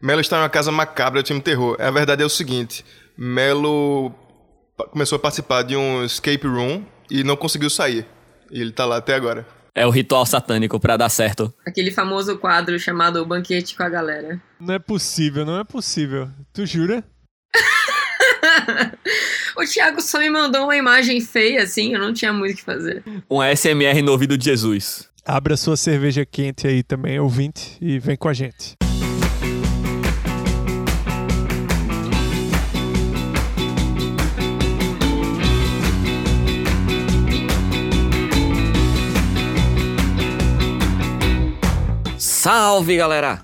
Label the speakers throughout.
Speaker 1: Melo está em uma casa macabra do time terror. A verdade é o seguinte: Melo pa- começou a participar de um escape room e não conseguiu sair. E ele tá lá até agora.
Speaker 2: É o ritual satânico pra dar certo.
Speaker 3: Aquele famoso quadro chamado O Banquete com a Galera.
Speaker 4: Não é possível, não é possível. Tu jura?
Speaker 3: O Thiago só me mandou uma imagem feia, assim, eu não tinha muito o que fazer.
Speaker 2: Um ASMR no ouvido de Jesus.
Speaker 4: Abra sua cerveja quente aí também, ouvinte, e vem com a gente.
Speaker 2: Salve, galera!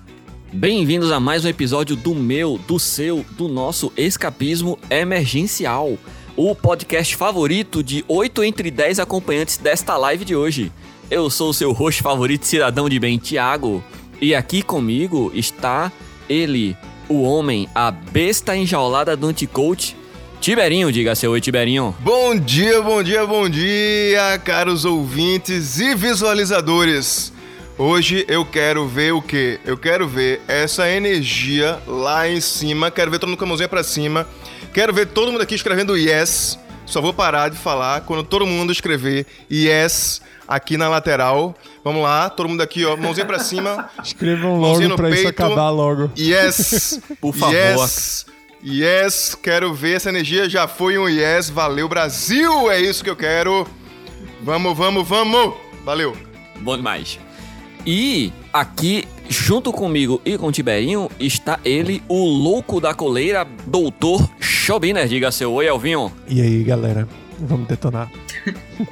Speaker 2: Bem-vindos a mais um episódio do meu, do seu, do nosso Escapismo Emergencial, o podcast favorito de 8 entre 10 acompanhantes desta live de hoje. Eu sou o seu host favorito, cidadão de bem, Thiago, e aqui comigo está ele, o homem, a besta enjaulada do anticoach, Tiberinho, diga seu oi, Tiberinho.
Speaker 1: Bom dia, bom dia, bom dia, caros ouvintes e visualizadores. Hoje eu quero ver o quê? Eu quero ver essa energia lá em cima, quero ver todo mundo com a mãozinha pra cima, quero ver todo mundo aqui escrevendo yes. Só vou parar de falar quando todo mundo escrever yes aqui na lateral. Vamos lá, todo mundo aqui, ó, mãozinha pra cima.
Speaker 4: Escrevam
Speaker 1: Mãozinha
Speaker 4: logo
Speaker 1: no
Speaker 4: pra isso
Speaker 1: peito.
Speaker 4: acabar logo.
Speaker 1: Yes!
Speaker 2: Por favor.
Speaker 1: Yes! Yes! Quero ver essa energia. Já foi um yes. Valeu, Brasil! É isso que eu quero. Vamos, vamos, vamos! Valeu!
Speaker 2: Bom demais. E aqui, junto comigo e com o Tiberinho, está ele, o louco da coleira, doutor Chobiner. Diga seu oi, Elvinho.
Speaker 4: E aí, galera? Vamos detonar.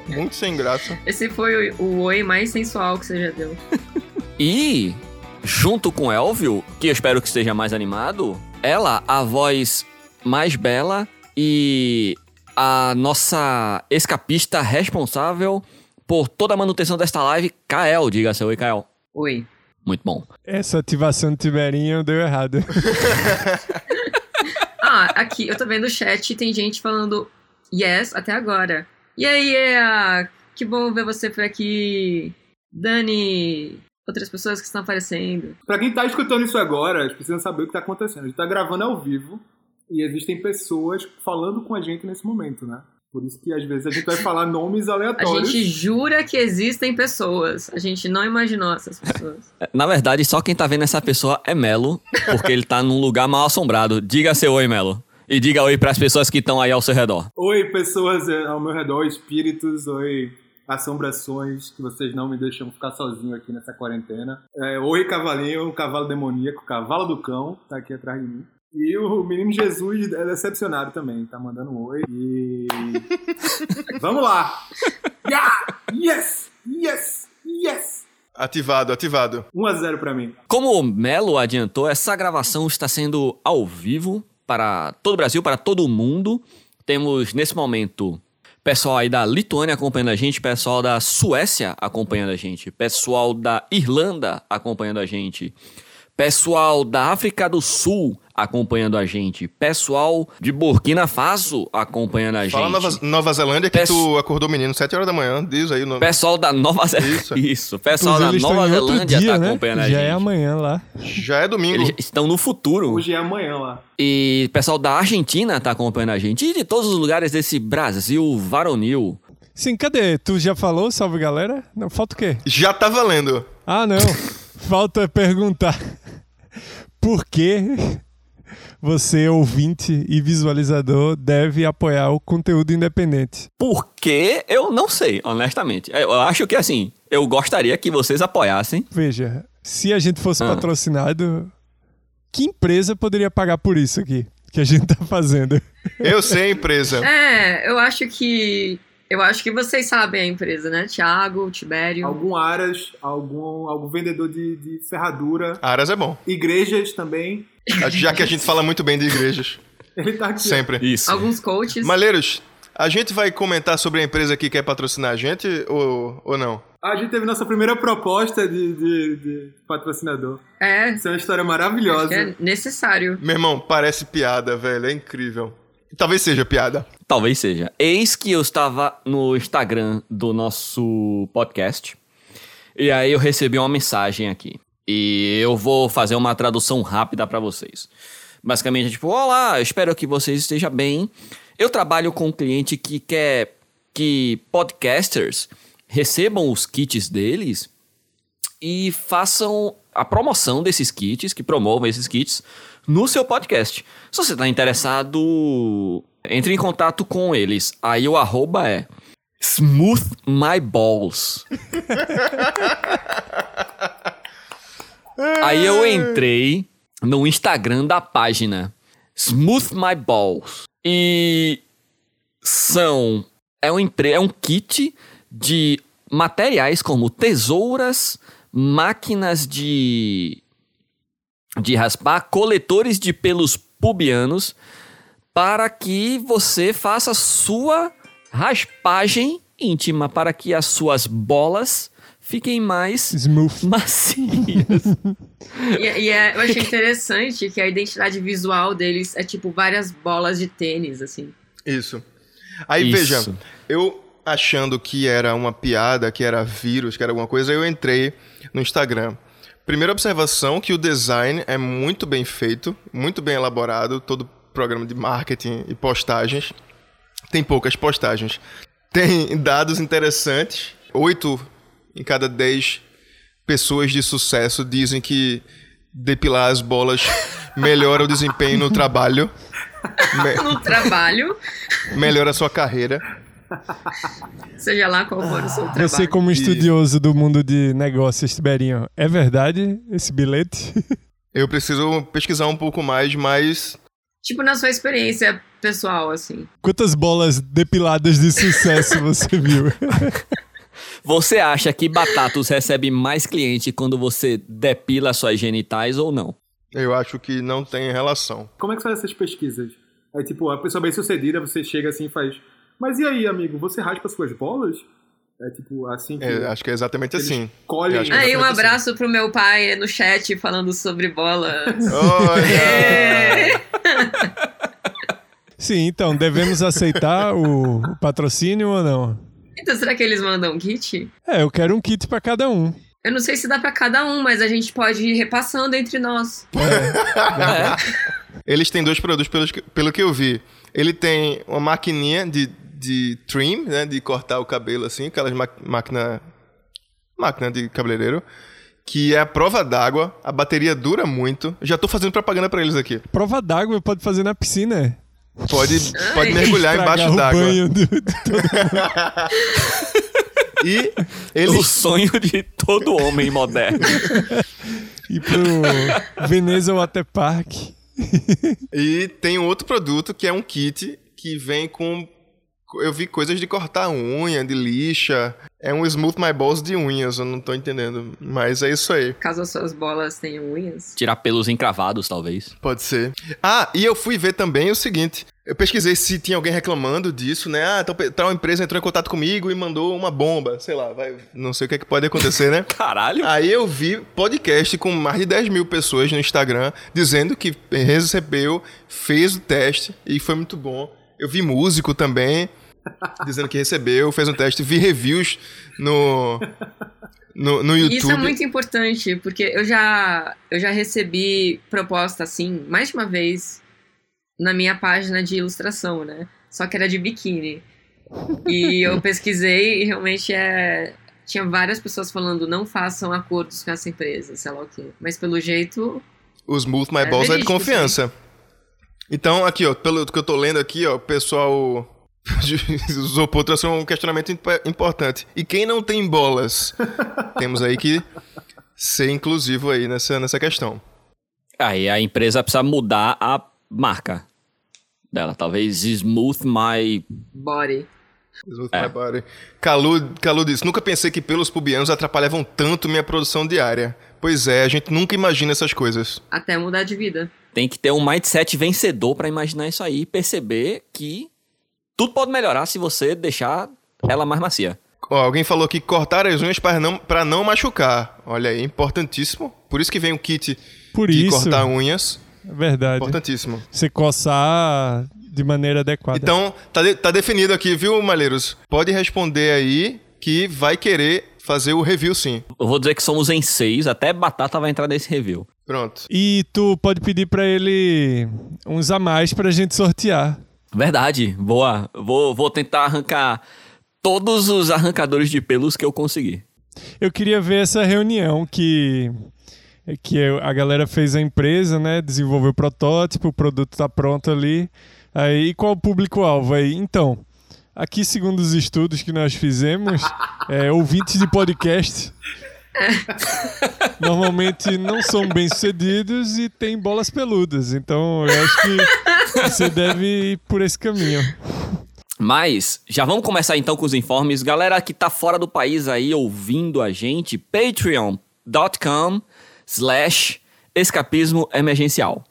Speaker 1: Muito sem graça.
Speaker 3: Esse foi o, o oi mais sensual que você já deu.
Speaker 2: E, junto com Elvio, que eu espero que esteja mais animado, ela, a voz mais bela e a nossa escapista responsável por toda a manutenção desta live, Kael. Diga seu oi, Kael.
Speaker 3: Oi.
Speaker 2: Muito bom.
Speaker 4: Essa ativação do Tiberinho deu errado.
Speaker 3: Ah, aqui, eu tô vendo o chat e tem gente falando yes até agora. E aí, Ea? Que bom ver você por aqui. Dani, outras pessoas que estão aparecendo.
Speaker 5: Pra quem tá escutando isso agora, eles precisam saber o que tá acontecendo. A gente tá gravando ao vivo e existem pessoas falando com a gente nesse momento, né? Por isso que às vezes a gente vai falar nomes
Speaker 3: A
Speaker 5: aleatórios.
Speaker 3: gente jura que existem pessoas. A gente não imaginou essas pessoas.
Speaker 2: Na verdade, só quem tá vendo essa pessoa é Melo, porque ele tá num lugar mal assombrado. Diga seu oi, Melo. E diga oi pras pessoas que estão aí ao seu redor.
Speaker 5: Oi, pessoas eh, ao meu redor, espíritos, oi, assombrações que vocês não me deixam ficar sozinho aqui nessa quarentena. É, oi, cavalinho, cavalo demoníaco, cavalo do cão, tá aqui atrás de mim. E o menino Jesus é decepcionado também, tá mandando um oi. E. Vamos lá! Yeah! Yes! Yes! Yes!
Speaker 1: Ativado, ativado.
Speaker 5: 1x0 pra mim.
Speaker 2: Como o Melo adiantou, essa gravação está sendo ao vivo para todo o Brasil, para todo o mundo. Temos nesse momento pessoal aí da Lituânia acompanhando a gente, pessoal da Suécia acompanhando a gente, pessoal da Irlanda acompanhando a gente, pessoal da África do Sul acompanhando a gente, pessoal de Burkina Faso acompanhando a
Speaker 1: Fala
Speaker 2: gente.
Speaker 1: Nova, Nova Zelândia que
Speaker 2: Peço-
Speaker 1: tu acordou o menino 7 horas da manhã. Diz aí o nome.
Speaker 2: Pessoal da Nova Zelândia.
Speaker 1: Isso. é.
Speaker 2: Isso. Pessoal
Speaker 4: Inclusive,
Speaker 2: da
Speaker 4: eles estão
Speaker 2: Nova
Speaker 4: em outro
Speaker 2: Zelândia
Speaker 4: dia,
Speaker 2: tá
Speaker 4: né?
Speaker 2: acompanhando a
Speaker 4: Já é
Speaker 2: gente.
Speaker 4: amanhã lá.
Speaker 1: Já é domingo.
Speaker 2: Eles estão no futuro.
Speaker 5: Hoje é amanhã lá.
Speaker 2: E pessoal da Argentina tá acompanhando a gente. E de todos os lugares desse Brasil varonil.
Speaker 4: Sim, cadê? Tu já falou, salve galera? Não, falta o quê?
Speaker 1: Já tá valendo.
Speaker 4: Ah, não. Falta perguntar por que você, ouvinte e visualizador, deve apoiar o conteúdo independente.
Speaker 2: Por quê? Eu não sei, honestamente. Eu acho que assim, eu gostaria que vocês apoiassem.
Speaker 4: Veja, se a gente fosse
Speaker 2: Ah.
Speaker 4: patrocinado, que empresa poderia pagar por isso aqui que a gente tá fazendo?
Speaker 1: Eu sei, empresa.
Speaker 3: É, eu acho que. Eu acho que vocês sabem a empresa, né? Thiago, Tibério.
Speaker 5: Algum Aras, algum, algum vendedor de, de ferradura,
Speaker 1: Aras é bom.
Speaker 5: igrejas também.
Speaker 1: Já que a gente fala muito bem de igrejas.
Speaker 5: Ele tá aqui.
Speaker 1: Sempre.
Speaker 2: Isso.
Speaker 3: Alguns coaches.
Speaker 1: Maleiros, a gente vai comentar sobre a empresa que quer patrocinar a gente ou, ou não?
Speaker 5: A gente teve nossa primeira proposta de, de- de patrocinador.
Speaker 3: É,
Speaker 5: Isso é uma história
Speaker 3: é
Speaker 5: maravilhosa.
Speaker 3: necessário.
Speaker 1: Meu irmão, parece piada, velho. É incrível. Talvez seja piada.
Speaker 2: Talvez seja. Eis que eu estava no Instagram do nosso podcast. E aí eu recebi uma mensagem aqui. E eu vou fazer uma tradução rápida para vocês. Basicamente, é tipo, olá, espero que vocês estejam bem. Eu trabalho com um cliente que quer que podcasters recebam os kits deles e façam a promoção desses kits, que promovam esses kits, no seu podcast. Se você está interessado, entre em contato com eles. Aí o arroba é Smooth My Balls. Aí eu entrei no Instagram da página Smooth My Balls. E são. É um, empre- é um kit de materiais como tesouras, máquinas de, de raspar, coletores de pelos pubianos, para que você faça sua raspagem íntima, para que as suas bolas fiquem mais
Speaker 4: Smooth.
Speaker 2: macias.
Speaker 3: E, e é- eu achei interessante que a identidade visual deles é tipo várias bolas de tênis, assim.
Speaker 1: Isso. Aí,
Speaker 2: Isso.
Speaker 1: veja, eu achando que era uma piada, que era vírus, que era alguma coisa, eu entrei no Instagram. Primeira observação que o design é muito bem feito, muito bem elaborado, todo programa de marketing e postagens. Tem poucas postagens. Tem dados interessantes. Oito em cada dez pessoas de sucesso dizem que depilar as bolas melhora o desempenho no trabalho. Me-
Speaker 3: No trabalho,
Speaker 1: melhora a sua carreira.
Speaker 3: seja lá qual for o seu trabalho.
Speaker 4: Você, como estudioso do mundo de negócios, Tiberinho, é verdade esse bilhete?
Speaker 1: Eu preciso pesquisar um pouco mais, mas
Speaker 3: Tipo, na sua experiência pessoal, assim.
Speaker 4: Quantas bolas depiladas de sucesso você viu?
Speaker 2: Você acha que Batatos recebe mais cliente quando você depila suas genitais ou não?
Speaker 1: eu acho que não tem relação.
Speaker 5: Como é que são essas pesquisas? É tipo, a pessoa bem sucedida, você chega assim e faz. Mas e aí, amigo, você raspa suas bolas? É tipo, assim que.
Speaker 1: É, acho que é exatamente
Speaker 5: Eles
Speaker 1: assim.
Speaker 5: colhem. né?
Speaker 1: eu acho que
Speaker 3: Aí, um
Speaker 1: exatamente
Speaker 3: abraço pro meu pai no chat falando sobre bolas.
Speaker 1: Olha!
Speaker 3: É.
Speaker 4: Sim, então, devemos aceitar o, o patrocínio ou não?
Speaker 3: Então, será que eles mandam um kit?
Speaker 4: É, eu quero um kit pra cada um.
Speaker 3: Eu não sei se dá pra cada um, mas a gente pode ir repassando entre nós.
Speaker 2: É.
Speaker 1: Eles têm dois produtos, pelos que- pelo que eu vi. Ele tem uma maquininha de, de trim, né? De cortar o cabelo assim, aquelas ma máquina. Máquina de cabeleireiro. Que é a prova d'água, a bateria dura muito. Já tô fazendo propaganda pra eles aqui.
Speaker 4: Prova d'água pode fazer na piscina.
Speaker 1: Pode, pode
Speaker 3: Ai.
Speaker 1: mergulhar embaixo
Speaker 4: Estragar o
Speaker 1: d'água.
Speaker 4: banho do- do-
Speaker 1: E
Speaker 2: O
Speaker 1: eles
Speaker 2: sonho de todo homem moderno.
Speaker 4: e pro Veneza Water Park.
Speaker 1: E tem um outro produto que é um kit que vem com. Eu vi coisas de cortar unha, de lixa. É um Smooth My Balls de unhas, eu não tô entendendo. Mas é isso aí,
Speaker 3: Caso as suas bolas tenham unhas.
Speaker 2: Tirar pelos encravados, talvez.
Speaker 1: pode ser. Ah, e eu fui ver também o seguinte. Eu pesquisei se tinha alguém reclamando disso, né? Ah, tal, pe- tal empresa entrou em contato comigo e mandou uma bomba. Sei lá, vai. Não sei o que, é que pode acontecer, né?
Speaker 2: Caralho.
Speaker 1: Aí eu vi podcast com mais de 10 mil pessoas no Instagram dizendo que recebeu, fez o teste e foi muito bom. Eu vi músico também dizendo que recebeu, fez um teste, vi reviews no, no, no YouTube.
Speaker 3: Isso é muito importante, porque eu já, eu já recebi proposta assim, mais de uma vez, na minha página de ilustração, né? Só que era de biquíni. E eu pesquisei e realmente é. Tinha várias pessoas falando, não façam acordos com essa empresa, sei lá o quê. Mas pelo jeito,
Speaker 1: Os Smooth My
Speaker 3: É
Speaker 1: Balls é de
Speaker 3: verídico,
Speaker 1: confiança. Então, aqui, ó, pelo que eu tô lendo aqui, ó, o pessoal usou outra um questionamento imp- importante. E quem não tem bolas? Temos aí que ser inclusivo aí nessa, nessa questão.
Speaker 2: Aí a empresa precisa mudar a marca dela. Talvez Smooth My.
Speaker 3: body.
Speaker 1: Smooth
Speaker 2: É.
Speaker 1: My Body. Calu, Calu disse: Nunca pensei que pelos pubianos atrapalhavam tanto minha produção diária. Pois é, a gente nunca imagina essas coisas.
Speaker 3: Até mudar de vida.
Speaker 2: Tem que ter um mindset vencedor pra imaginar isso aí e perceber que tudo pode melhorar se você deixar ela mais macia.
Speaker 1: Ó, alguém falou que cortar as unhas para não, pra não machucar. Olha aí, importantíssimo. Por isso que vem o kit
Speaker 4: Por
Speaker 1: de
Speaker 4: isso,
Speaker 1: cortar unhas.
Speaker 4: é verdade.
Speaker 1: Importantíssimo.
Speaker 4: Você coçar de maneira adequada.
Speaker 1: Então, tá, de- tá definido aqui, viu, Malheiros? Pode responder aí que vai querer fazer o review sim.
Speaker 2: Eu vou dizer que somos em seis, até Batata vai entrar nesse review.
Speaker 1: Pronto.
Speaker 4: E tu pode pedir pra ele uns a mais pra gente sortear.
Speaker 2: Verdade, boa. Vou, vou tentar arrancar todos os arrancadores de pelos que eu conseguir.
Speaker 4: Eu queria ver essa reunião que que eu- a galera fez a empresa, né? Desenvolveu o protótipo, o produto tá pronto ali. Aí e qual o público-alvo aí? Então, aqui segundo os estudos que nós fizemos, é, ouvintes de podcast normalmente não são bem sucedidos e têm bolas peludas. Então, eu acho que você deve ir por esse caminho.
Speaker 2: Mas já vamos começar então com os informes. Galera que tá fora do país aí ouvindo a gente, patreon.com slash escapismo emergencial.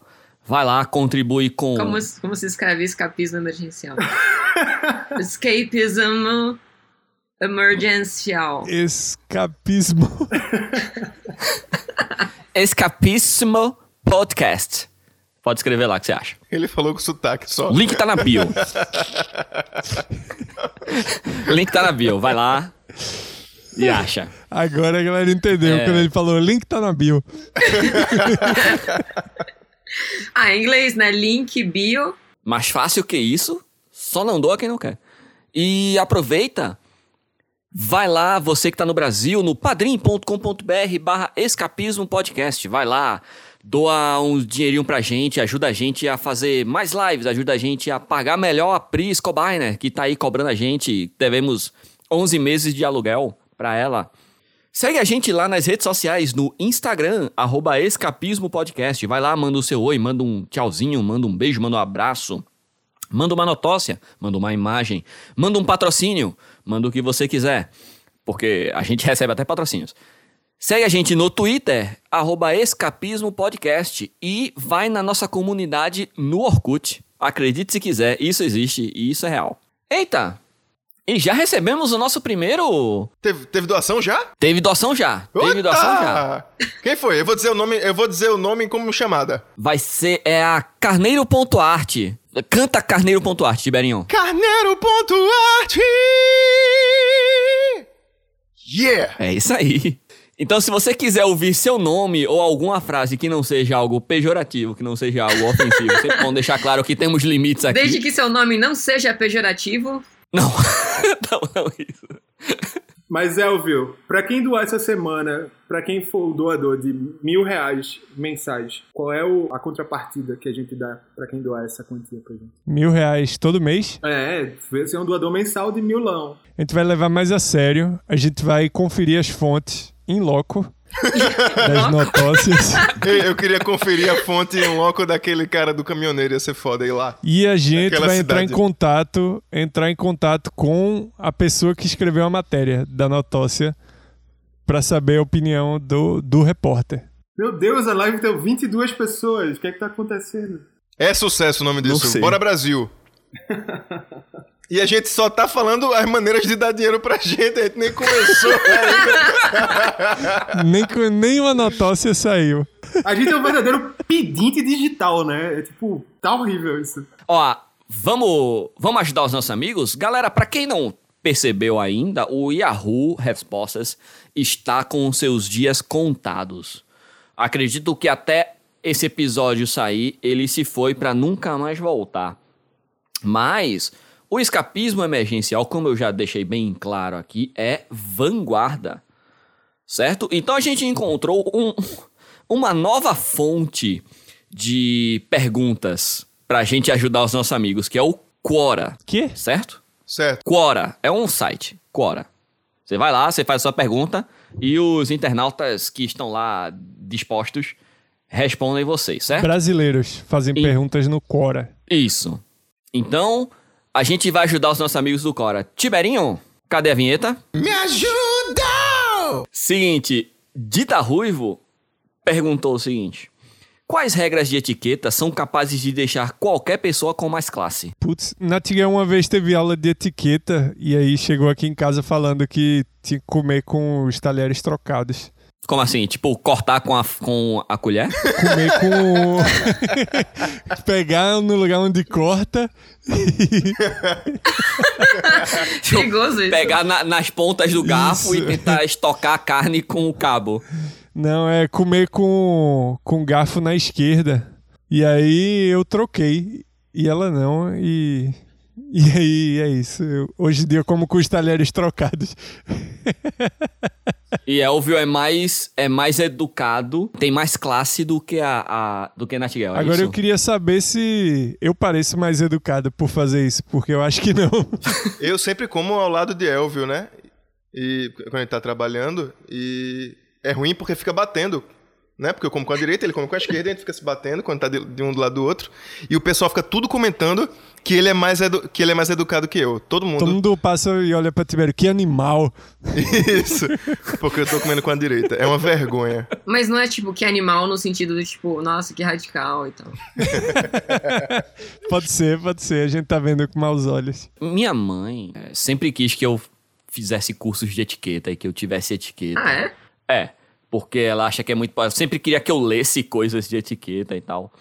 Speaker 2: Vai lá, contribui com...
Speaker 3: Como, se- como se escreve escapismo emergencial? Escapism emergencial.
Speaker 4: Escapismo.
Speaker 2: Escapismo Podcast. Pode escrever lá o que você acha.
Speaker 1: Ele falou com sotaque só.
Speaker 2: O link tá na bio. O link tá na bio. Vai lá e acha.
Speaker 4: Agora a galera entendeu
Speaker 2: É.
Speaker 4: quando ele falou, link tá na bio.
Speaker 3: Ah, em inglês, né? Link bio.
Speaker 2: Mais fácil que isso, só não doa quem não quer. E aproveita, vai lá, você que tá no Brasil, no padrim.com.br barra escapismo podcast. Vai lá, doa um dinheirinho pra gente, ajuda a gente a fazer mais lives, ajuda a gente a pagar melhor a Pri Scobainer, que tá aí cobrando a gente. Devemos 11 meses de aluguel pra ela. Segue a gente lá nas redes sociais, no Instagram, arroba Escapismo Podcast. Vai lá, manda o seu oi, manda um tchauzinho, manda um beijo, manda um abraço. Manda uma notócia, manda uma imagem, manda um patrocínio, manda o que você quiser. Porque a gente recebe até patrocínios. Segue a gente no Twitter, arroba Escapismo Podcast. E vai na nossa comunidade no Orkut. Acredite se quiser, isso existe e isso é real. Eita! E já recebemos o nosso primeiro
Speaker 1: Teve, teve doação já?
Speaker 2: Teve doação já. Teve
Speaker 1: Eita!
Speaker 2: doação já.
Speaker 1: Quem foi? Eu vou dizer o nome, eu vou dizer o nome como chamada.
Speaker 2: Vai ser é a carneiro.arte. Canta carneiro.arte, Tiberinho.
Speaker 1: Carneiro.arte! Yeah!
Speaker 2: É isso aí. Então, se você quiser ouvir seu nome ou alguma frase que não seja algo pejorativo, que não seja algo ofensivo, sempre bom deixar claro que temos limites aqui.
Speaker 3: Desde que seu nome não seja pejorativo.
Speaker 2: Não. não, não, é isso.
Speaker 5: Mas, Elvio, pra quem doar essa semana, pra quem for o doador de mil reais mensais, qual é o- a contrapartida que a gente dá pra quem doar essa quantia pra gente?
Speaker 4: Mil reais todo mês.
Speaker 5: É, você é um doador mensal de milão.
Speaker 4: A gente vai levar mais a sério. A gente vai conferir as fontes em loco das notócias.
Speaker 1: Ei, Eu queria conferir a fonte em loco daquele cara do caminhoneiro, ia ser foda ir lá.
Speaker 4: E a gente
Speaker 1: Daquela
Speaker 4: vai entrar em
Speaker 1: cidade.
Speaker 4: contato, entrar em contato com a pessoa que escreveu a matéria da notócia para saber a opinião do, do repórter.
Speaker 5: Meu Deus, a live tem 22 pessoas. O que é que tá acontecendo?
Speaker 1: É sucesso o nome
Speaker 2: Não
Speaker 1: disso.
Speaker 2: sei.
Speaker 1: Bora Brasil. E a gente só tá falando as maneiras de dar dinheiro pra gente, a gente nem começou ainda.
Speaker 4: Nem com- nenhuma notócia saiu.
Speaker 5: A gente é um verdadeiro pedinte digital, né? É tipo, tá horrível isso.
Speaker 2: Ó, vamos, vamos ajudar os nossos amigos? Galera, pra quem não percebeu ainda, o Yahoo Respostas está com seus dias contados. Acredito que até esse episódio sair, ele se foi pra nunca mais voltar. Mas o escapismo emergencial, como eu já deixei bem claro aqui, é vanguarda. Certo? Então a gente encontrou um- uma nova fonte de perguntas pra gente ajudar os nossos amigos, que é o Quora,
Speaker 4: Que?
Speaker 2: certo?
Speaker 1: Certo.
Speaker 2: Quora é um site, Quora. Você vai lá, você faz a sua pergunta e os internautas que estão lá dispostos respondem vocês, certo?
Speaker 4: Brasileiros fazem
Speaker 2: E-
Speaker 4: perguntas no Quora.
Speaker 2: Isso. Então, a gente vai ajudar os nossos amigos do Cora. Tiberinho, cadê a vinheta?
Speaker 1: Me ajuda!
Speaker 2: Seguinte, Dita Ruivo perguntou o seguinte: Quais regras de etiqueta são capazes de deixar qualquer pessoa com mais classe?
Speaker 4: Putz, Natiga uma vez teve aula de etiqueta e aí chegou aqui em casa falando que tinha que comer com os talheres trocados.
Speaker 2: Como assim? Tipo, cortar com a, com a colher?
Speaker 4: Comer com. Pegar no lugar onde corta.
Speaker 3: Perigoso isso.
Speaker 2: Pegar na- nas pontas do garfo
Speaker 4: Isso.
Speaker 2: e tentar estocar a carne com o cabo.
Speaker 4: Não, é comer com, com garfo na esquerda. E aí eu troquei. E ela não. E. E aí é isso. Eu- hoje em dia eu como com os talheres trocados.
Speaker 2: E Elvio é mais, é mais educado, tem mais classe do que a, a- do que Natigel. É
Speaker 4: Agora
Speaker 2: isso?
Speaker 4: eu queria saber se eu pareço mais educado por fazer isso, porque eu acho que não.
Speaker 1: Eu sempre como ao lado de Elvio, né? E quando ele tá trabalhando. E é ruim porque fica batendo. Né? Porque eu como com a direita, ele come com a esquerda, a gente fica se batendo quando tá de, de um do lado do outro. E o pessoal fica tudo comentando que ele é mais, edu- que ele é mais educado que eu. Todo mundo.
Speaker 4: Todo mundo passa e olha pra Tibério, que animal.
Speaker 1: Isso. Porque eu tô comendo com a direita. É uma vergonha.
Speaker 3: Mas não é tipo que animal no sentido do tipo, nossa, que radical e tal.
Speaker 4: Pode ser, pode ser. A gente tá vendo com maus olhos.
Speaker 2: Minha mãe é, sempre quis que eu fizesse cursos de etiqueta e que eu tivesse etiqueta.
Speaker 3: Ah, é?
Speaker 2: É, porque ela acha que é muito. Eu sempre queria que eu lesse coisas de etiqueta e tal.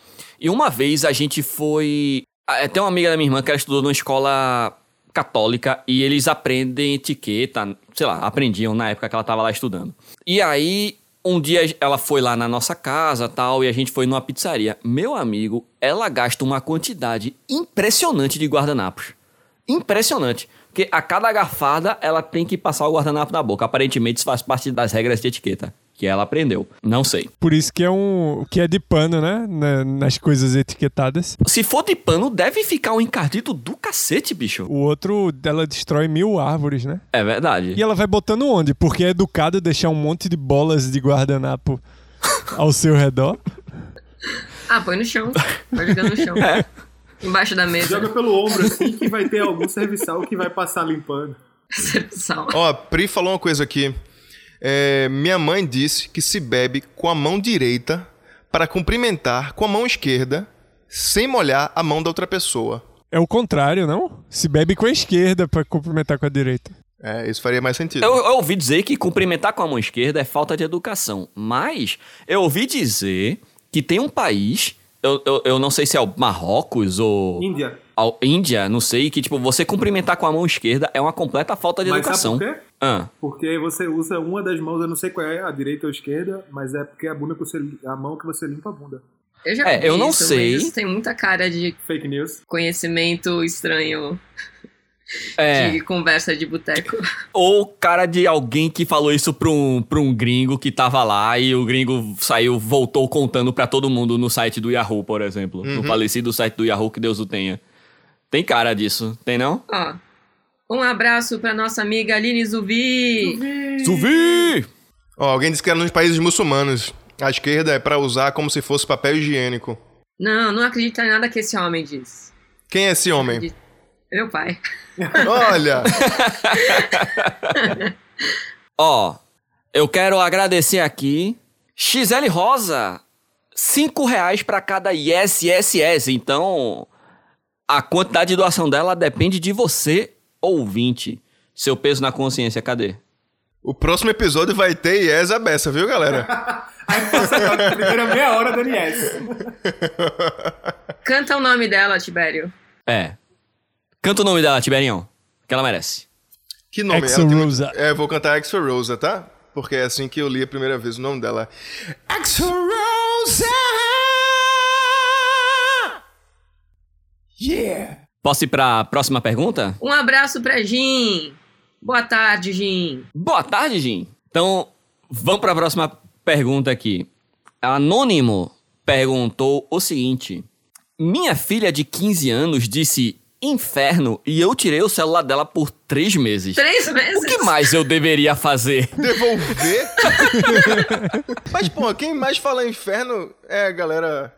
Speaker 2: E uma vez a gente foi. ah, Tem uma amiga da minha irmã que ela estudou numa escola católica e eles aprendem etiqueta, sei lá, aprendiam na época que ela tava lá estudando. E aí, um dia ela foi lá na nossa casa tal, e a gente foi numa pizzaria. Meu amigo, ela gasta uma quantidade impressionante de guardanapos. Impressionante. Porque a cada garfada, ela tem que passar o guardanapo na boca. Aparentemente, isso faz parte das regras de etiqueta que ela aprendeu. Não sei.
Speaker 4: Por isso que é um. que é de pano, né? Na- nas coisas etiquetadas.
Speaker 2: Se for de pano, deve ficar um encardido do cacete, bicho.
Speaker 4: O outro, ela destrói mil árvores, né?
Speaker 2: É verdade.
Speaker 4: E ela vai botando onde? Porque é educado deixar um monte de bolas de guardanapo ao seu redor.
Speaker 3: Ah, põe no chão. Vai jogando no chão.
Speaker 2: É.
Speaker 3: Embaixo da mesa.
Speaker 5: Joga pelo ombro, assim, que vai ter algum serviçal que vai passar limpando.
Speaker 3: Sal.
Speaker 1: Ó, a Pri falou uma coisa aqui. É, minha mãe disse que se bebe com a mão direita para cumprimentar com a mão esquerda sem molhar a mão da outra pessoa.
Speaker 4: É o contrário, não? Se bebe com a esquerda pra cumprimentar com a direita.
Speaker 1: É, isso faria mais sentido.
Speaker 2: Eu, eu ouvi dizer que cumprimentar com a mão esquerda é falta de educação. Mas eu ouvi dizer que tem um país, eu, eu, eu não sei se é o Marrocos ou
Speaker 5: Índia.
Speaker 2: a Índia, não sei, que tipo, você cumprimentar com a mão esquerda é uma completa falta de
Speaker 5: Mas
Speaker 2: educação.
Speaker 5: sabe por quê?
Speaker 2: Ah,
Speaker 5: Porque você usa uma das mãos, eu não sei qual é, a direita ou a esquerda, mas é porque é a bunda que você, a mão que você limpa a bunda.
Speaker 3: Eu já
Speaker 2: É,
Speaker 3: vi
Speaker 2: eu não
Speaker 3: isso,
Speaker 2: sei.
Speaker 3: mas isso tem muita cara de
Speaker 5: Fake news.
Speaker 3: conhecimento estranho
Speaker 2: é.
Speaker 3: de conversa de boteco.
Speaker 2: Ou cara de alguém que falou isso pra um, pra um gringo que tava lá e o gringo saiu, voltou contando pra todo mundo no site do Yahoo, por exemplo. No falecido site do Yahoo, que Deus o tenha. Tem cara disso, tem não?
Speaker 3: Ó. Um abraço pra nossa amiga Aline Zubi.
Speaker 2: Suvi!
Speaker 1: Ó, alguém disse que era nos países muçulmanos. A esquerda é para usar como se fosse papel higiênico.
Speaker 3: Não, não acredito em nada que esse homem diz.
Speaker 1: Quem é esse homem?
Speaker 3: Meu pai.
Speaker 1: Olha!
Speaker 2: Ó, eu quero agradecer aqui. XL Rosa, cinco reais pra cada yes, yes, yes. Então, a quantidade de doação dela depende de você, ouvinte. Seu peso na consciência, cadê?
Speaker 1: O próximo episódio vai ter IES a beça, viu, galera?
Speaker 5: Aí passa a primeira meia hora do NS.
Speaker 3: Canta o nome dela, Tibério.
Speaker 2: É. Canta o nome dela, Tiberinho. Que ela merece.
Speaker 1: Que nome
Speaker 4: Axl
Speaker 1: Ela tem-
Speaker 4: Rosa.
Speaker 1: É, eu vou cantar Exo Rosa, tá? Porque é assim que eu li a primeira vez o nome dela. Exo Rosa!
Speaker 2: Posso ir pra próxima pergunta?
Speaker 3: Um abraço pra Jim. Boa tarde, Jim.
Speaker 2: Boa tarde, Jim. Então, vamos pra próxima pergunta aqui. Anônimo perguntou o seguinte: Minha filha de 15 anos disse inferno e eu tirei o celular dela por três meses.
Speaker 3: Três meses.
Speaker 2: O que mais eu deveria fazer?
Speaker 1: Devolver? Mas, pô, quem mais fala inferno é a galera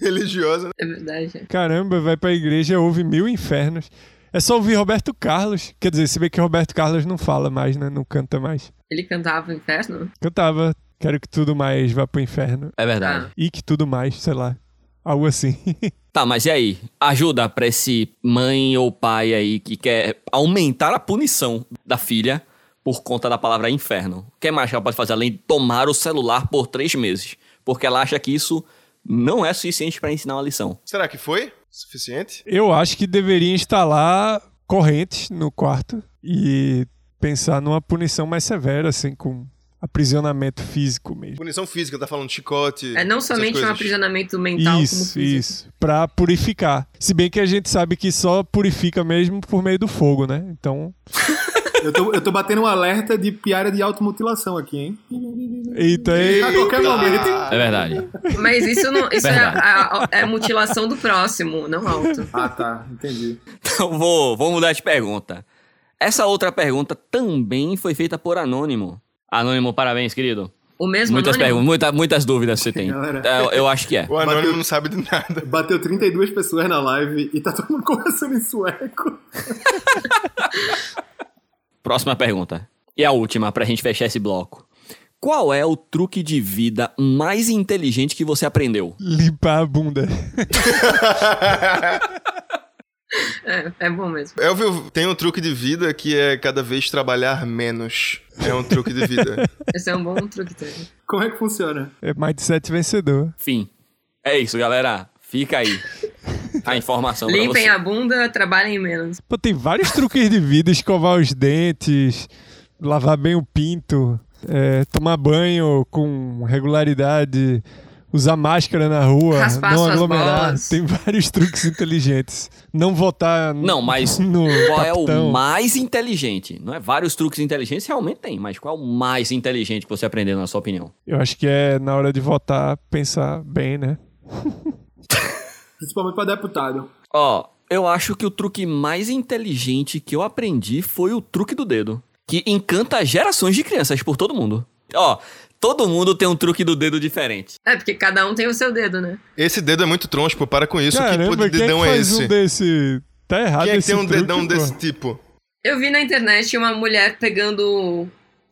Speaker 1: religiosa.
Speaker 3: É verdade.
Speaker 4: Caramba, vai pra igreja, ouve mil infernos. É só ouvir Roberto Carlos. Quer dizer, se bem que Roberto Carlos não fala mais, né? Não canta mais.
Speaker 3: Ele cantava Inferno?
Speaker 4: Cantava. Quero que tudo mais vá pro inferno.
Speaker 2: É verdade.
Speaker 4: E que tudo mais, sei lá. Algo assim.
Speaker 2: Tá, mas e aí? Ajuda pra esse mãe ou pai aí que quer aumentar a punição da filha por conta da palavra inferno. O que mais que ela pode fazer além de tomar o celular por três meses? Porque ela acha que isso não é suficiente para ensinar uma lição.
Speaker 1: Será que foi suficiente?
Speaker 4: Eu acho que deveria instalar correntes no quarto e pensar numa punição mais severa, assim, com aprisionamento físico mesmo.
Speaker 1: Punição física, tá falando chicote.
Speaker 3: É não
Speaker 1: essas
Speaker 3: somente um
Speaker 1: coisas.
Speaker 3: aprisionamento mental como
Speaker 4: isso,
Speaker 3: físico.
Speaker 4: isso. Pra purificar. Se bem que a gente sabe que só purifica mesmo por meio do fogo, né? Então.
Speaker 5: Eu tô, eu tô batendo um alerta de piada de automutilação aqui, hein?
Speaker 3: Hum.
Speaker 4: Eita, aí.
Speaker 5: A qualquer
Speaker 1: Eita!
Speaker 5: momento.
Speaker 2: É verdade.
Speaker 3: Mas isso não. Isso é,
Speaker 2: Verdade.
Speaker 3: a- a- é mutilação do próximo, não alto.
Speaker 5: Ah, tá. Entendi.
Speaker 2: Então vou, vou mudar de pergunta. Essa outra pergunta também foi feita por Anônimo. Anônimo, parabéns, querido.
Speaker 3: O mesmo
Speaker 2: Muitas
Speaker 3: anônimo?
Speaker 2: perguntas, muita- muitas dúvidas você tem.
Speaker 5: Galera.
Speaker 2: Eu, eu acho que é.
Speaker 4: um
Speaker 1: O anônimo
Speaker 5: Bateu-
Speaker 1: não sabe de nada.
Speaker 5: Bateu 32 pessoas na live e tá todo mundo conversando em sueco.
Speaker 2: Próxima pergunta. E a última, pra gente fechar esse bloco. Qual é o truque de vida mais inteligente que você aprendeu?
Speaker 4: Limpar a bunda.
Speaker 3: É, é bom mesmo.
Speaker 1: Eu vi, tem um truque de vida que é cada vez trabalhar menos. É um truque de vida.
Speaker 3: Esse é um bom truque também.
Speaker 5: Como é que funciona?
Speaker 4: É mindset vencedor.
Speaker 2: Fim. É isso, galera. Fica aí. A informação pra
Speaker 3: Limpem
Speaker 2: você.
Speaker 3: a bunda, trabalhem menos.
Speaker 4: Pô, tem vários truques de vida: escovar os dentes, lavar bem o pinto, é, tomar banho com regularidade, usar máscara na rua,
Speaker 3: Raspar
Speaker 4: não
Speaker 3: suas
Speaker 4: aglomerar.
Speaker 3: bolas.
Speaker 4: Tem vários truques inteligentes. Não votar n-
Speaker 2: Não, mas
Speaker 4: no.
Speaker 2: Qual é
Speaker 4: capitão.
Speaker 2: o mais inteligente? Não é vários truques inteligentes, realmente tem, mas qual é o mais inteligente que você aprendeu, na sua opinião?
Speaker 4: Eu acho que é na hora de votar pensar bem, né?
Speaker 5: Principalmente pra deputado.
Speaker 2: Ó, eu acho que o truque mais inteligente que eu aprendi foi o truque do dedo, que encanta gerações de crianças por todo mundo. Ó, todo mundo tem um truque do dedo diferente.
Speaker 3: É, porque cada um tem o seu dedo, né?
Speaker 1: Esse dedo é muito troncho, pô. Para com isso. que
Speaker 4: Caramba,
Speaker 1: tipo de
Speaker 4: quem é que
Speaker 1: dedão é,
Speaker 4: faz
Speaker 1: esse?
Speaker 4: um desse? Tá errado
Speaker 1: Quem é que
Speaker 4: esse
Speaker 1: tem um
Speaker 4: truque,
Speaker 1: dedão
Speaker 4: pô.
Speaker 1: desse tipo?
Speaker 3: Eu vi na internet uma mulher pegando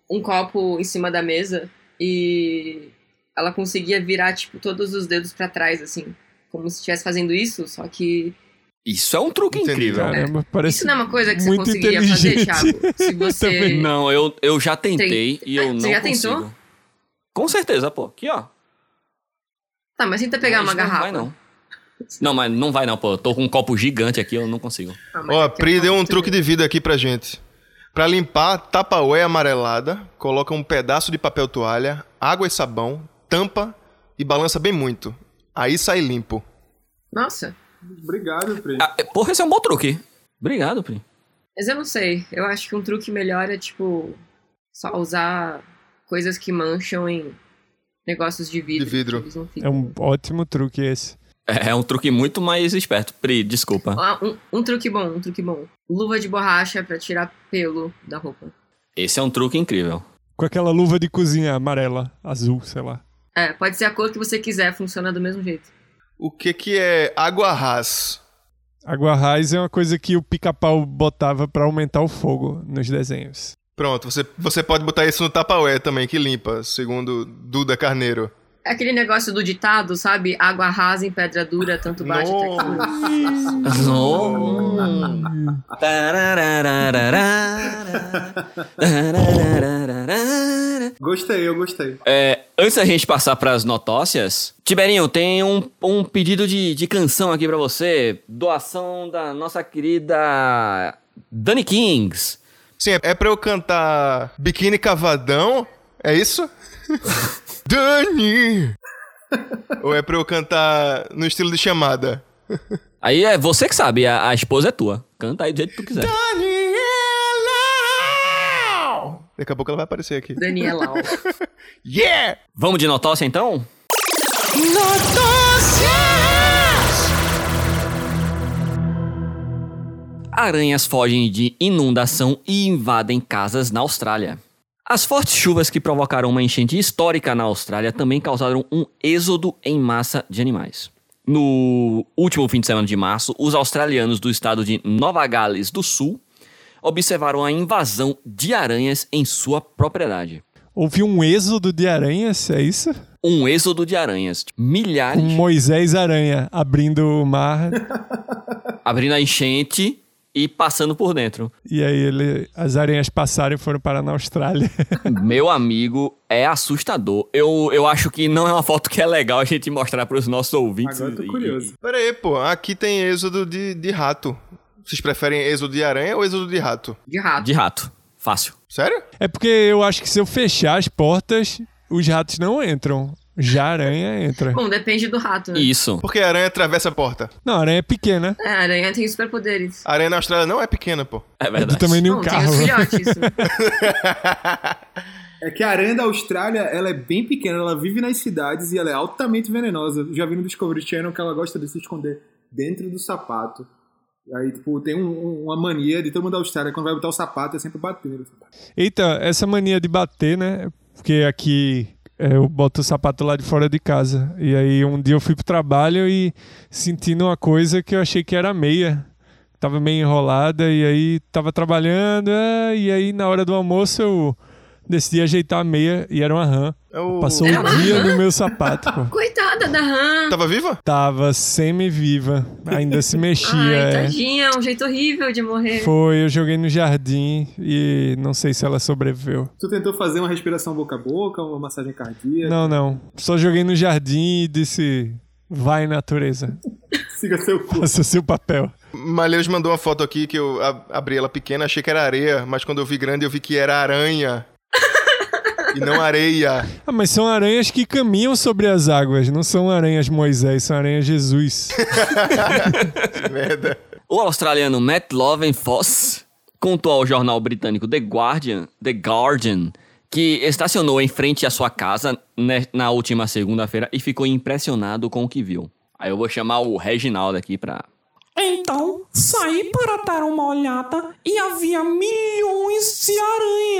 Speaker 3: um copo em cima da mesa e ela conseguia virar, tipo, todos os dedos pra trás, assim. Como se estivesse fazendo isso, só que.
Speaker 2: Isso é um truque
Speaker 1: Entendi.
Speaker 2: incrível.
Speaker 4: Caramba, parece
Speaker 3: Isso não é uma coisa que você
Speaker 4: muito
Speaker 3: conseguiria fazer,
Speaker 4: inteligente.
Speaker 3: Thiago. Se você.
Speaker 4: Também
Speaker 2: Não, eu, eu já tentei e eu
Speaker 3: Você
Speaker 2: não
Speaker 3: já
Speaker 2: consigo.
Speaker 3: tentou?
Speaker 2: Com certeza, pô. Aqui, ó.
Speaker 3: Tá, mas tenta pegar
Speaker 2: Mas
Speaker 3: uma
Speaker 2: Não vai,
Speaker 3: garrafa.
Speaker 2: não. Não, mas não vai não, pô. Eu tô com um copo gigante aqui, eu não consigo.
Speaker 3: Ah, mas
Speaker 1: Ó, a
Speaker 3: é que
Speaker 1: Pri
Speaker 3: eu
Speaker 1: deu um
Speaker 3: gosto
Speaker 1: truque
Speaker 3: dele.
Speaker 1: de vida aqui pra gente. Pra limpar, tapaué amarelada, coloca um pedaço de papel toalha, água e sabão, tampa e balança bem muito. Aí sai limpo.
Speaker 3: Nossa,
Speaker 5: Obrigado, Pri.
Speaker 2: Ah, é- porra, esse é um bom truque. Obrigado, Pri.
Speaker 3: mas eu não sei. Eu acho que um truque melhor é, tipo, só usar coisas que mancham em negócios de vidro.
Speaker 1: De vidro.
Speaker 3: que eles não
Speaker 4: É
Speaker 3: ficam.
Speaker 4: um ótimo truque esse.
Speaker 2: É, é um truque muito mais esperto. Pri, desculpa.
Speaker 3: Ah, um, um truque bom, um truque bom. Luva de borracha pra tirar pelo da roupa.
Speaker 2: Esse é um truque incrível.
Speaker 4: Com aquela luva de cozinha amarela, azul, sei lá.
Speaker 3: É, pode ser a cor que você quiser, funciona do mesmo jeito.
Speaker 1: O que que é água ras?
Speaker 4: Água raiz é uma coisa que o pica-pau botava pra aumentar o fogo nos desenhos.
Speaker 1: Pronto, você, você pode botar isso no tapaué também, que limpa, segundo Duda Carneiro.
Speaker 3: É aquele negócio do ditado, sabe? Água rasa em pedra dura, tanto bate até que fura.
Speaker 5: Gostei, eu gostei.
Speaker 2: É, antes da gente passar pras notócias, Tiberinho, tem um, um pedido de, de canção aqui pra você. Doação da nossa querida Dani Kings.
Speaker 1: Sim, é- é pra eu cantar Biquíni Cavadão? É isso? Dani! Ou é pra eu cantar no estilo de chamada?
Speaker 2: Aí é você que sabe, a, a esposa é tua. Canta aí do jeito que tu quiser.
Speaker 1: Daniela! Daqui a pouco ela vai aparecer aqui.
Speaker 3: Daniela. ó.
Speaker 1: Yeah!
Speaker 2: Vamos de notócia então? Aranhas fogem de inundação e invadem casas na Austrália. As fortes chuvas que provocaram uma enchente histórica na Austrália também causaram um êxodo em massa de animais. No último fim de semana de março, os australianos do estado de Nova Gales do Sul observaram a invasão de aranhas em sua propriedade.
Speaker 4: Houve um êxodo de aranhas, é isso? Um
Speaker 2: Um êxodo de aranhas, milhares
Speaker 4: Com Moisés Aranha abrindo o mar.
Speaker 2: abrindo a enchente e passando por dentro.
Speaker 4: E aí ele, as aranhas passaram e foram parar na Austrália.
Speaker 2: Meu amigo, é assustador. Eu, eu acho que não é uma foto que é legal a gente mostrar para os nossos ouvintes.
Speaker 5: Agora eu tô
Speaker 2: E-
Speaker 5: curioso.
Speaker 1: Pera aí, pô. Aqui tem êxodo de, de rato. Vocês preferem êxodo de aranha ou êxodo de rato?
Speaker 3: De rato.
Speaker 2: De rato. Fácil.
Speaker 1: Sério?
Speaker 4: É porque eu acho que se eu fechar as portas, os ratos não entram. Já a aranha entra.
Speaker 3: Bom, depende do rato, né?
Speaker 2: Isso.
Speaker 1: Porque a aranha atravessa a porta.
Speaker 4: Não, a aranha é pequena.
Speaker 3: É, a aranha tem superpoderes.
Speaker 1: A aranha na Austrália não é pequena, pô.
Speaker 2: É
Speaker 4: Do
Speaker 2: verdade.
Speaker 4: tamanho de um
Speaker 3: Bom, tem
Speaker 4: carro.
Speaker 3: os filhotes. né?
Speaker 5: É que a aranha da Austrália, ela é bem pequena, ela vive nas cidades e ela é altamente venenosa. Já vi no Discovery Channel que ela gosta de se esconder dentro do sapato. E Aí, tipo, tem um- um- uma mania de todo mundo da Austrália, quando vai botar o sapato, é sempre bater. no sapato.
Speaker 4: Eita, essa mania de bater, né? Porque aqui é, eu boto o sapato lá de fora de casa. E aí um dia eu fui pro trabalho e sentindo uma coisa que eu achei que era meia. Tava meio enrolada e aí tava trabalhando. é, e aí na hora do almoço eu decidi ajeitar a meia e era uma rã.
Speaker 1: É o-
Speaker 4: Passou
Speaker 3: Era
Speaker 4: um
Speaker 3: uma
Speaker 4: dia
Speaker 3: rã?
Speaker 4: no meu sapato, pô.
Speaker 3: Coitada da Ram.
Speaker 1: Tava viva?
Speaker 4: Tava semi-viva, ainda se mexia.
Speaker 3: Ai,
Speaker 4: é.
Speaker 3: tadinha, é um jeito horrível de morrer.
Speaker 4: Foi, eu joguei no jardim e não sei se ela sobreviveu.
Speaker 5: Tu tentou fazer uma respiração boca a boca, uma massagem cardíaca,
Speaker 4: Não, não. Só joguei no jardim e disse: vai, natureza,
Speaker 5: siga seu cu.
Speaker 4: faça seu papel.
Speaker 1: Malheus mandou uma foto aqui que eu a- abri ela pequena, achei que era areia, mas quando eu vi grande eu vi que era aranha. e não areia.
Speaker 4: Ah, mas são aranhas que caminham sobre as águas, não são aranhas Moisés, são aranhas Jesus.
Speaker 1: Merda.
Speaker 2: O australiano Matt Lovenfoss contou ao jornal britânico The Guardian, The Guardian que estacionou em frente à sua casa ne- na última segunda-feira e ficou impressionado com o que viu. Aí eu vou chamar o Reginaldo aqui pra...
Speaker 6: Então, saí para dar uma olhada e havia milhões de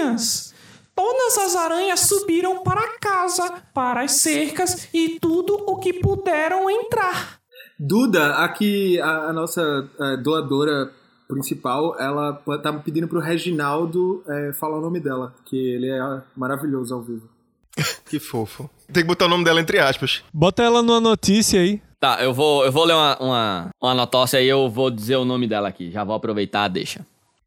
Speaker 6: aranhas. Todas as aranhas subiram para casa, para as cercas e tudo o que puderam entrar.
Speaker 5: Duda, aqui a, a nossa eh, doadora principal, ela p- tá pedindo pro Reginaldo eh, falar o nome dela, que ele é ah, maravilhoso ao vivo.
Speaker 1: Que fofo. Tem que botar o nome dela entre aspas.
Speaker 4: Bota ela numa notícia aí.
Speaker 2: Tá, eu vou, eu vou ler uma, uma, uma notócia e eu vou dizer o nome dela aqui. Já vou aproveitar a deixa.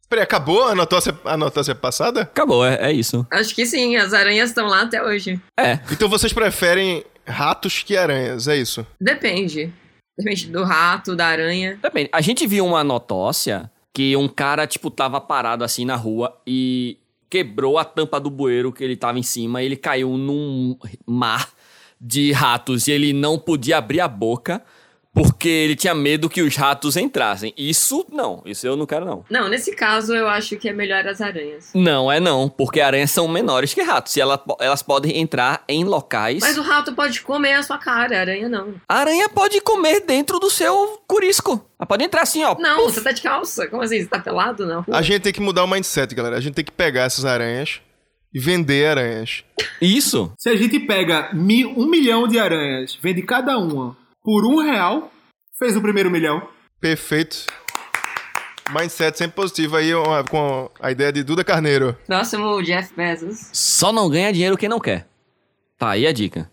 Speaker 1: Peraí, acabou a notócia, a notócia passada?
Speaker 2: Acabou, é, é isso.
Speaker 3: Acho que sim, as aranhas estão lá até hoje.
Speaker 2: É.
Speaker 1: Então vocês preferem ratos que aranhas, é isso?
Speaker 3: Depende. Depende do rato, da aranha.
Speaker 2: Também, a gente viu uma notócia que um cara, tipo, tava parado assim na rua e quebrou a tampa do bueiro que ele tava em cima e ele caiu num mar de ratos e ele não podia abrir a boca porque ele tinha medo que os ratos entrassem. Isso não, isso eu não quero não.
Speaker 3: Não, nesse caso eu acho que é melhor as aranhas.
Speaker 2: Não, é não, porque aranhas são menores que ratos e ela- elas podem entrar em locais.
Speaker 3: Mas o rato pode comer a sua cara, a aranha não.
Speaker 2: A aranha pode comer dentro do seu curisco. Ela pode entrar assim, ó.
Speaker 3: Não,
Speaker 2: puf.
Speaker 3: você tá de calça? Como assim? Você tá pelado? Não.
Speaker 1: A gente tem que mudar o mindset, galera. A gente tem que pegar essas aranhas e vender aranhas.
Speaker 2: Isso.
Speaker 5: Se a gente pega mi- um milhão de aranhas, vende cada uma por um real, fez o primeiro milhão.
Speaker 1: Perfeito. Mindset sempre positivo aí ó, com a ideia de Duda Carneiro.
Speaker 3: Próximo, o Jeff Bezos.
Speaker 2: Só não ganha dinheiro quem não quer. Tá aí a dica.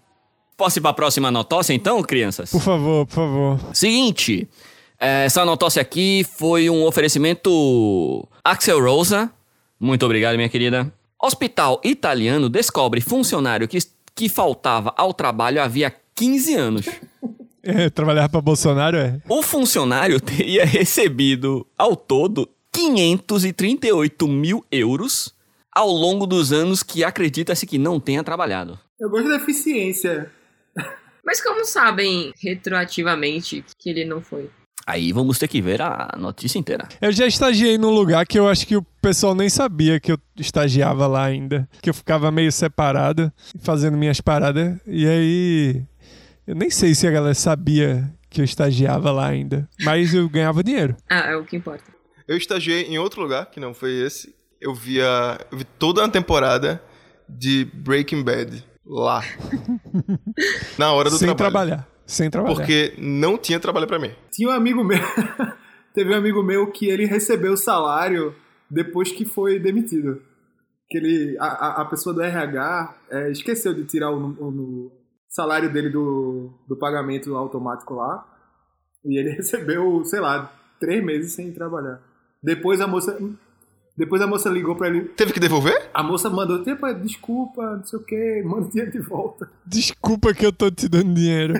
Speaker 2: Posso ir pra próxima notócia então, crianças?
Speaker 4: Por favor, por favor.
Speaker 2: Seguinte, eh, essa notócia aqui foi um oferecimento Axel Rosa. Muito obrigado, minha querida. Hospital italiano descobre funcionário que, que faltava ao trabalho havia 15 anos.
Speaker 4: É, trabalhar pra Bolsonaro é.
Speaker 2: O funcionário teria recebido, ao todo, 538 mil euros ao longo dos anos que acredita-se que não tenha trabalhado.
Speaker 5: Eu gosto da eficiência.
Speaker 3: Mas como sabem retroativamente que ele não foi?
Speaker 2: Aí vamos ter que ver a notícia inteira.
Speaker 4: Eu já estagiei num lugar que eu acho que o pessoal nem sabia que eu estagiava lá ainda. Que eu ficava meio separado, fazendo minhas paradas. E aí. Eu nem sei se a galera sabia que eu estagiava lá ainda. Mas eu ganhava dinheiro.
Speaker 3: Ah, é o que importa.
Speaker 1: Eu estagiei em outro lugar, que não foi esse. Eu via. Eu vi toda a temporada de Breaking Bad lá. Na hora do
Speaker 4: Sem
Speaker 1: trabalho.
Speaker 4: trabalhar. Sem trabalhar.
Speaker 1: Porque não tinha trabalho pra mim.
Speaker 5: Tinha um amigo meu. Teve um amigo meu que ele recebeu o salário depois que foi demitido. Que ele. A, a- a pessoa do RH eh, esqueceu de tirar o, nu- o nu- salário dele do, do pagamento automático lá. E ele recebeu, sei lá, três meses sem trabalhar. Depois a moça. Depois a moça ligou pra ele.
Speaker 1: Teve que devolver?
Speaker 5: A moça mandou, tempo, desculpa, não sei o que, manda o dinheiro de volta.
Speaker 4: Desculpa que eu tô te dando dinheiro.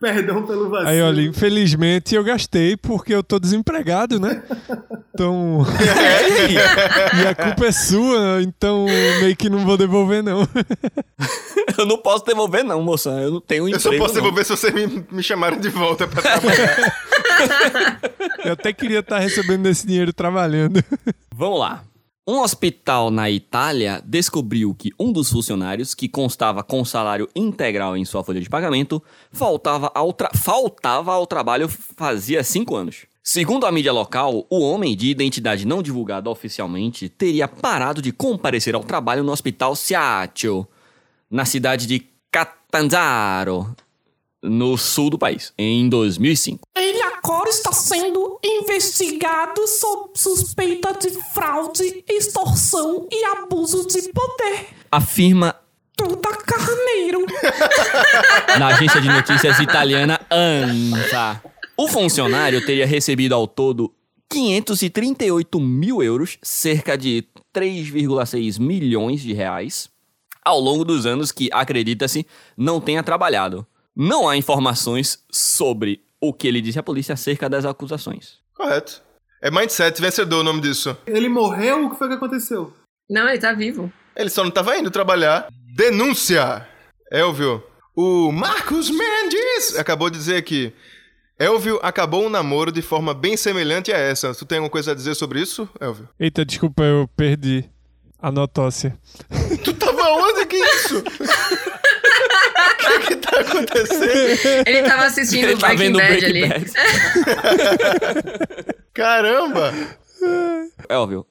Speaker 5: Perdão pelo vazio.
Speaker 4: Aí, olha, infelizmente eu gastei porque eu tô desempregado, né? Então. e a culpa é sua, então meio que não vou devolver, não.
Speaker 2: Eu não posso devolver, não, moça. Eu não tenho
Speaker 1: Eu
Speaker 2: emprego.
Speaker 1: só posso
Speaker 2: não.
Speaker 1: devolver se vocês me, me chamarem de volta pra trabalhar.
Speaker 4: Eu até queria estar recebendo esse dinheiro trabalhando.
Speaker 2: Vamos lá. Um hospital na Itália descobriu que um dos funcionários, que constava com salário integral em sua folha de pagamento, faltava ao, tra- faltava ao trabalho fazia cinco anos. Segundo a mídia local, o homem de identidade não divulgada oficialmente teria parado de comparecer ao trabalho no hospital Ciaccio, na cidade de Catanzaro, no sul do país, em 2005.
Speaker 6: Ele agora está sendo investigado sob suspeita de fraude, extorsão e abuso de poder.
Speaker 2: Afirma
Speaker 6: Duda Carneiro.
Speaker 2: na agência de notícias italiana ANSA. O funcionário teria recebido ao todo 538 mil euros, cerca de 3,6 milhões de reais, ao longo dos anos que, acredita-se, não tenha trabalhado. Não há informações sobre o que ele disse à polícia acerca das acusações.
Speaker 1: Correto. É Mindset vencedor o nome disso.
Speaker 5: Ele morreu, o que foi que aconteceu?
Speaker 3: Não, ele tá vivo.
Speaker 1: Ele só não tava indo trabalhar. Denúncia! Elvio, o Marcos Mendes acabou de dizer aqui. Elvio acabou um namoro de forma bem semelhante a essa. Tu tem alguma coisa a dizer sobre isso, Elvio?
Speaker 4: Eita, desculpa, eu perdi a notócia.
Speaker 1: Tu tava onde que isso? O que que tá acontecendo?
Speaker 3: Ele tava assistindo
Speaker 2: tá
Speaker 3: o Breaking Bad ali.
Speaker 1: Caramba!
Speaker 2: É óbvio.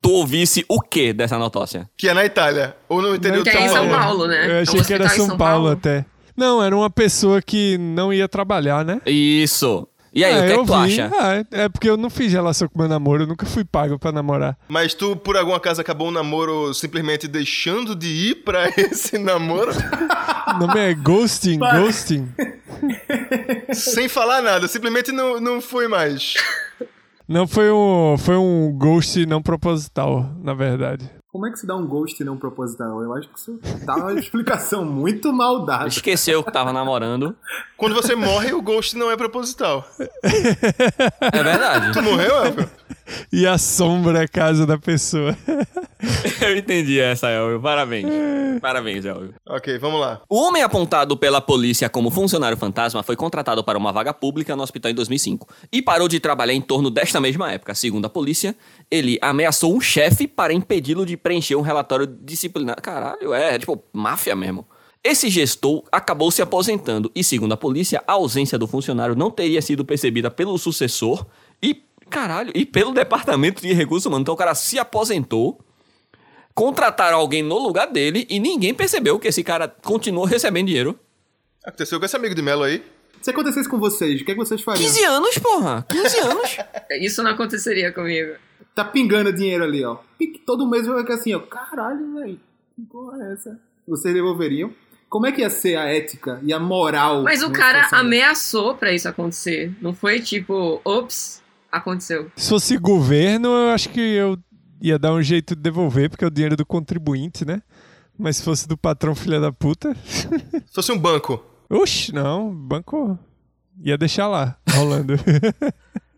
Speaker 2: Tu ouvisse o que dessa notócia?
Speaker 1: Que é na Itália. Ou no interior
Speaker 3: Que
Speaker 1: de
Speaker 3: é em
Speaker 1: São
Speaker 3: São
Speaker 1: Paulo.
Speaker 3: Paulo, né?
Speaker 4: Eu
Speaker 3: É um
Speaker 4: achei que era
Speaker 3: hospital em
Speaker 4: São,
Speaker 3: São
Speaker 4: Paulo,
Speaker 3: Paulo.
Speaker 4: até. Não, era uma pessoa que não ia trabalhar, né?
Speaker 2: Isso. E aí,
Speaker 4: Ah,
Speaker 2: o que é
Speaker 4: eu
Speaker 2: que tu
Speaker 4: vi.
Speaker 2: acha?
Speaker 4: Ah, é- é porque eu não fiz relação com meu namoro, eu nunca fui pago pra namorar.
Speaker 1: Mas tu, por algum acaso, acabou um namoro simplesmente deixando de ir pra esse namoro?
Speaker 4: O nome é Ghosting, Ghosting.
Speaker 1: sem falar nada, simplesmente não, não fui mais.
Speaker 4: Não foi um, foi um ghost não proposital, na verdade.
Speaker 5: Como é que se dá um ghost não proposital? Eu acho que isso dá uma explicação muito mal dada.
Speaker 2: Esqueceu que tava namorando.
Speaker 1: Quando você morre, o ghost não é proposital.
Speaker 2: É verdade.
Speaker 1: Tu morreu, Elvio?
Speaker 4: E assombra a casa da pessoa.
Speaker 2: Eu entendi essa, Elvio. Parabéns. Parabéns, Elvio.
Speaker 1: Ok, vamos lá.
Speaker 2: O homem apontado pela polícia como funcionário fantasma foi contratado para uma vaga pública no hospital em 2005 e parou de trabalhar em torno desta mesma época. Segundo a polícia, ele ameaçou um chefe para impedi-lo de preencher um relatório disciplinar. Caralho, é, é tipo máfia mesmo. Esse gestor acabou se aposentando e, segundo a polícia, a ausência do funcionário não teria sido percebida pelo sucessor e, caralho, e pelo departamento de recursos humanos. Então o cara se aposentou contrataram alguém no lugar dele e ninguém percebeu que esse cara continuou recebendo dinheiro.
Speaker 1: Aconteceu com esse amigo de Melo aí.
Speaker 5: Se acontecesse com vocês, o que, é que vocês fariam?
Speaker 2: 15 anos, porra! 15 anos!
Speaker 3: Isso não aconteceria comigo.
Speaker 5: Tá pingando dinheiro ali, ó. Pique todo mês vai ficar assim, ó. Caralho, velho. Que porra é essa? Vocês devolveriam? Como é que ia ser a ética e a moral?
Speaker 3: Mas o
Speaker 5: numa
Speaker 3: cara
Speaker 5: situação dessa?
Speaker 3: ameaçou pra isso acontecer. Não foi tipo, ops, aconteceu.
Speaker 4: Se fosse governo, eu acho que eu ia dar um jeito de devolver, porque é o dinheiro do contribuinte, né? Mas se fosse do patrão filha da puta...
Speaker 1: Se fosse um banco.
Speaker 4: Oxe, não, banco... Ia deixar lá, rolando.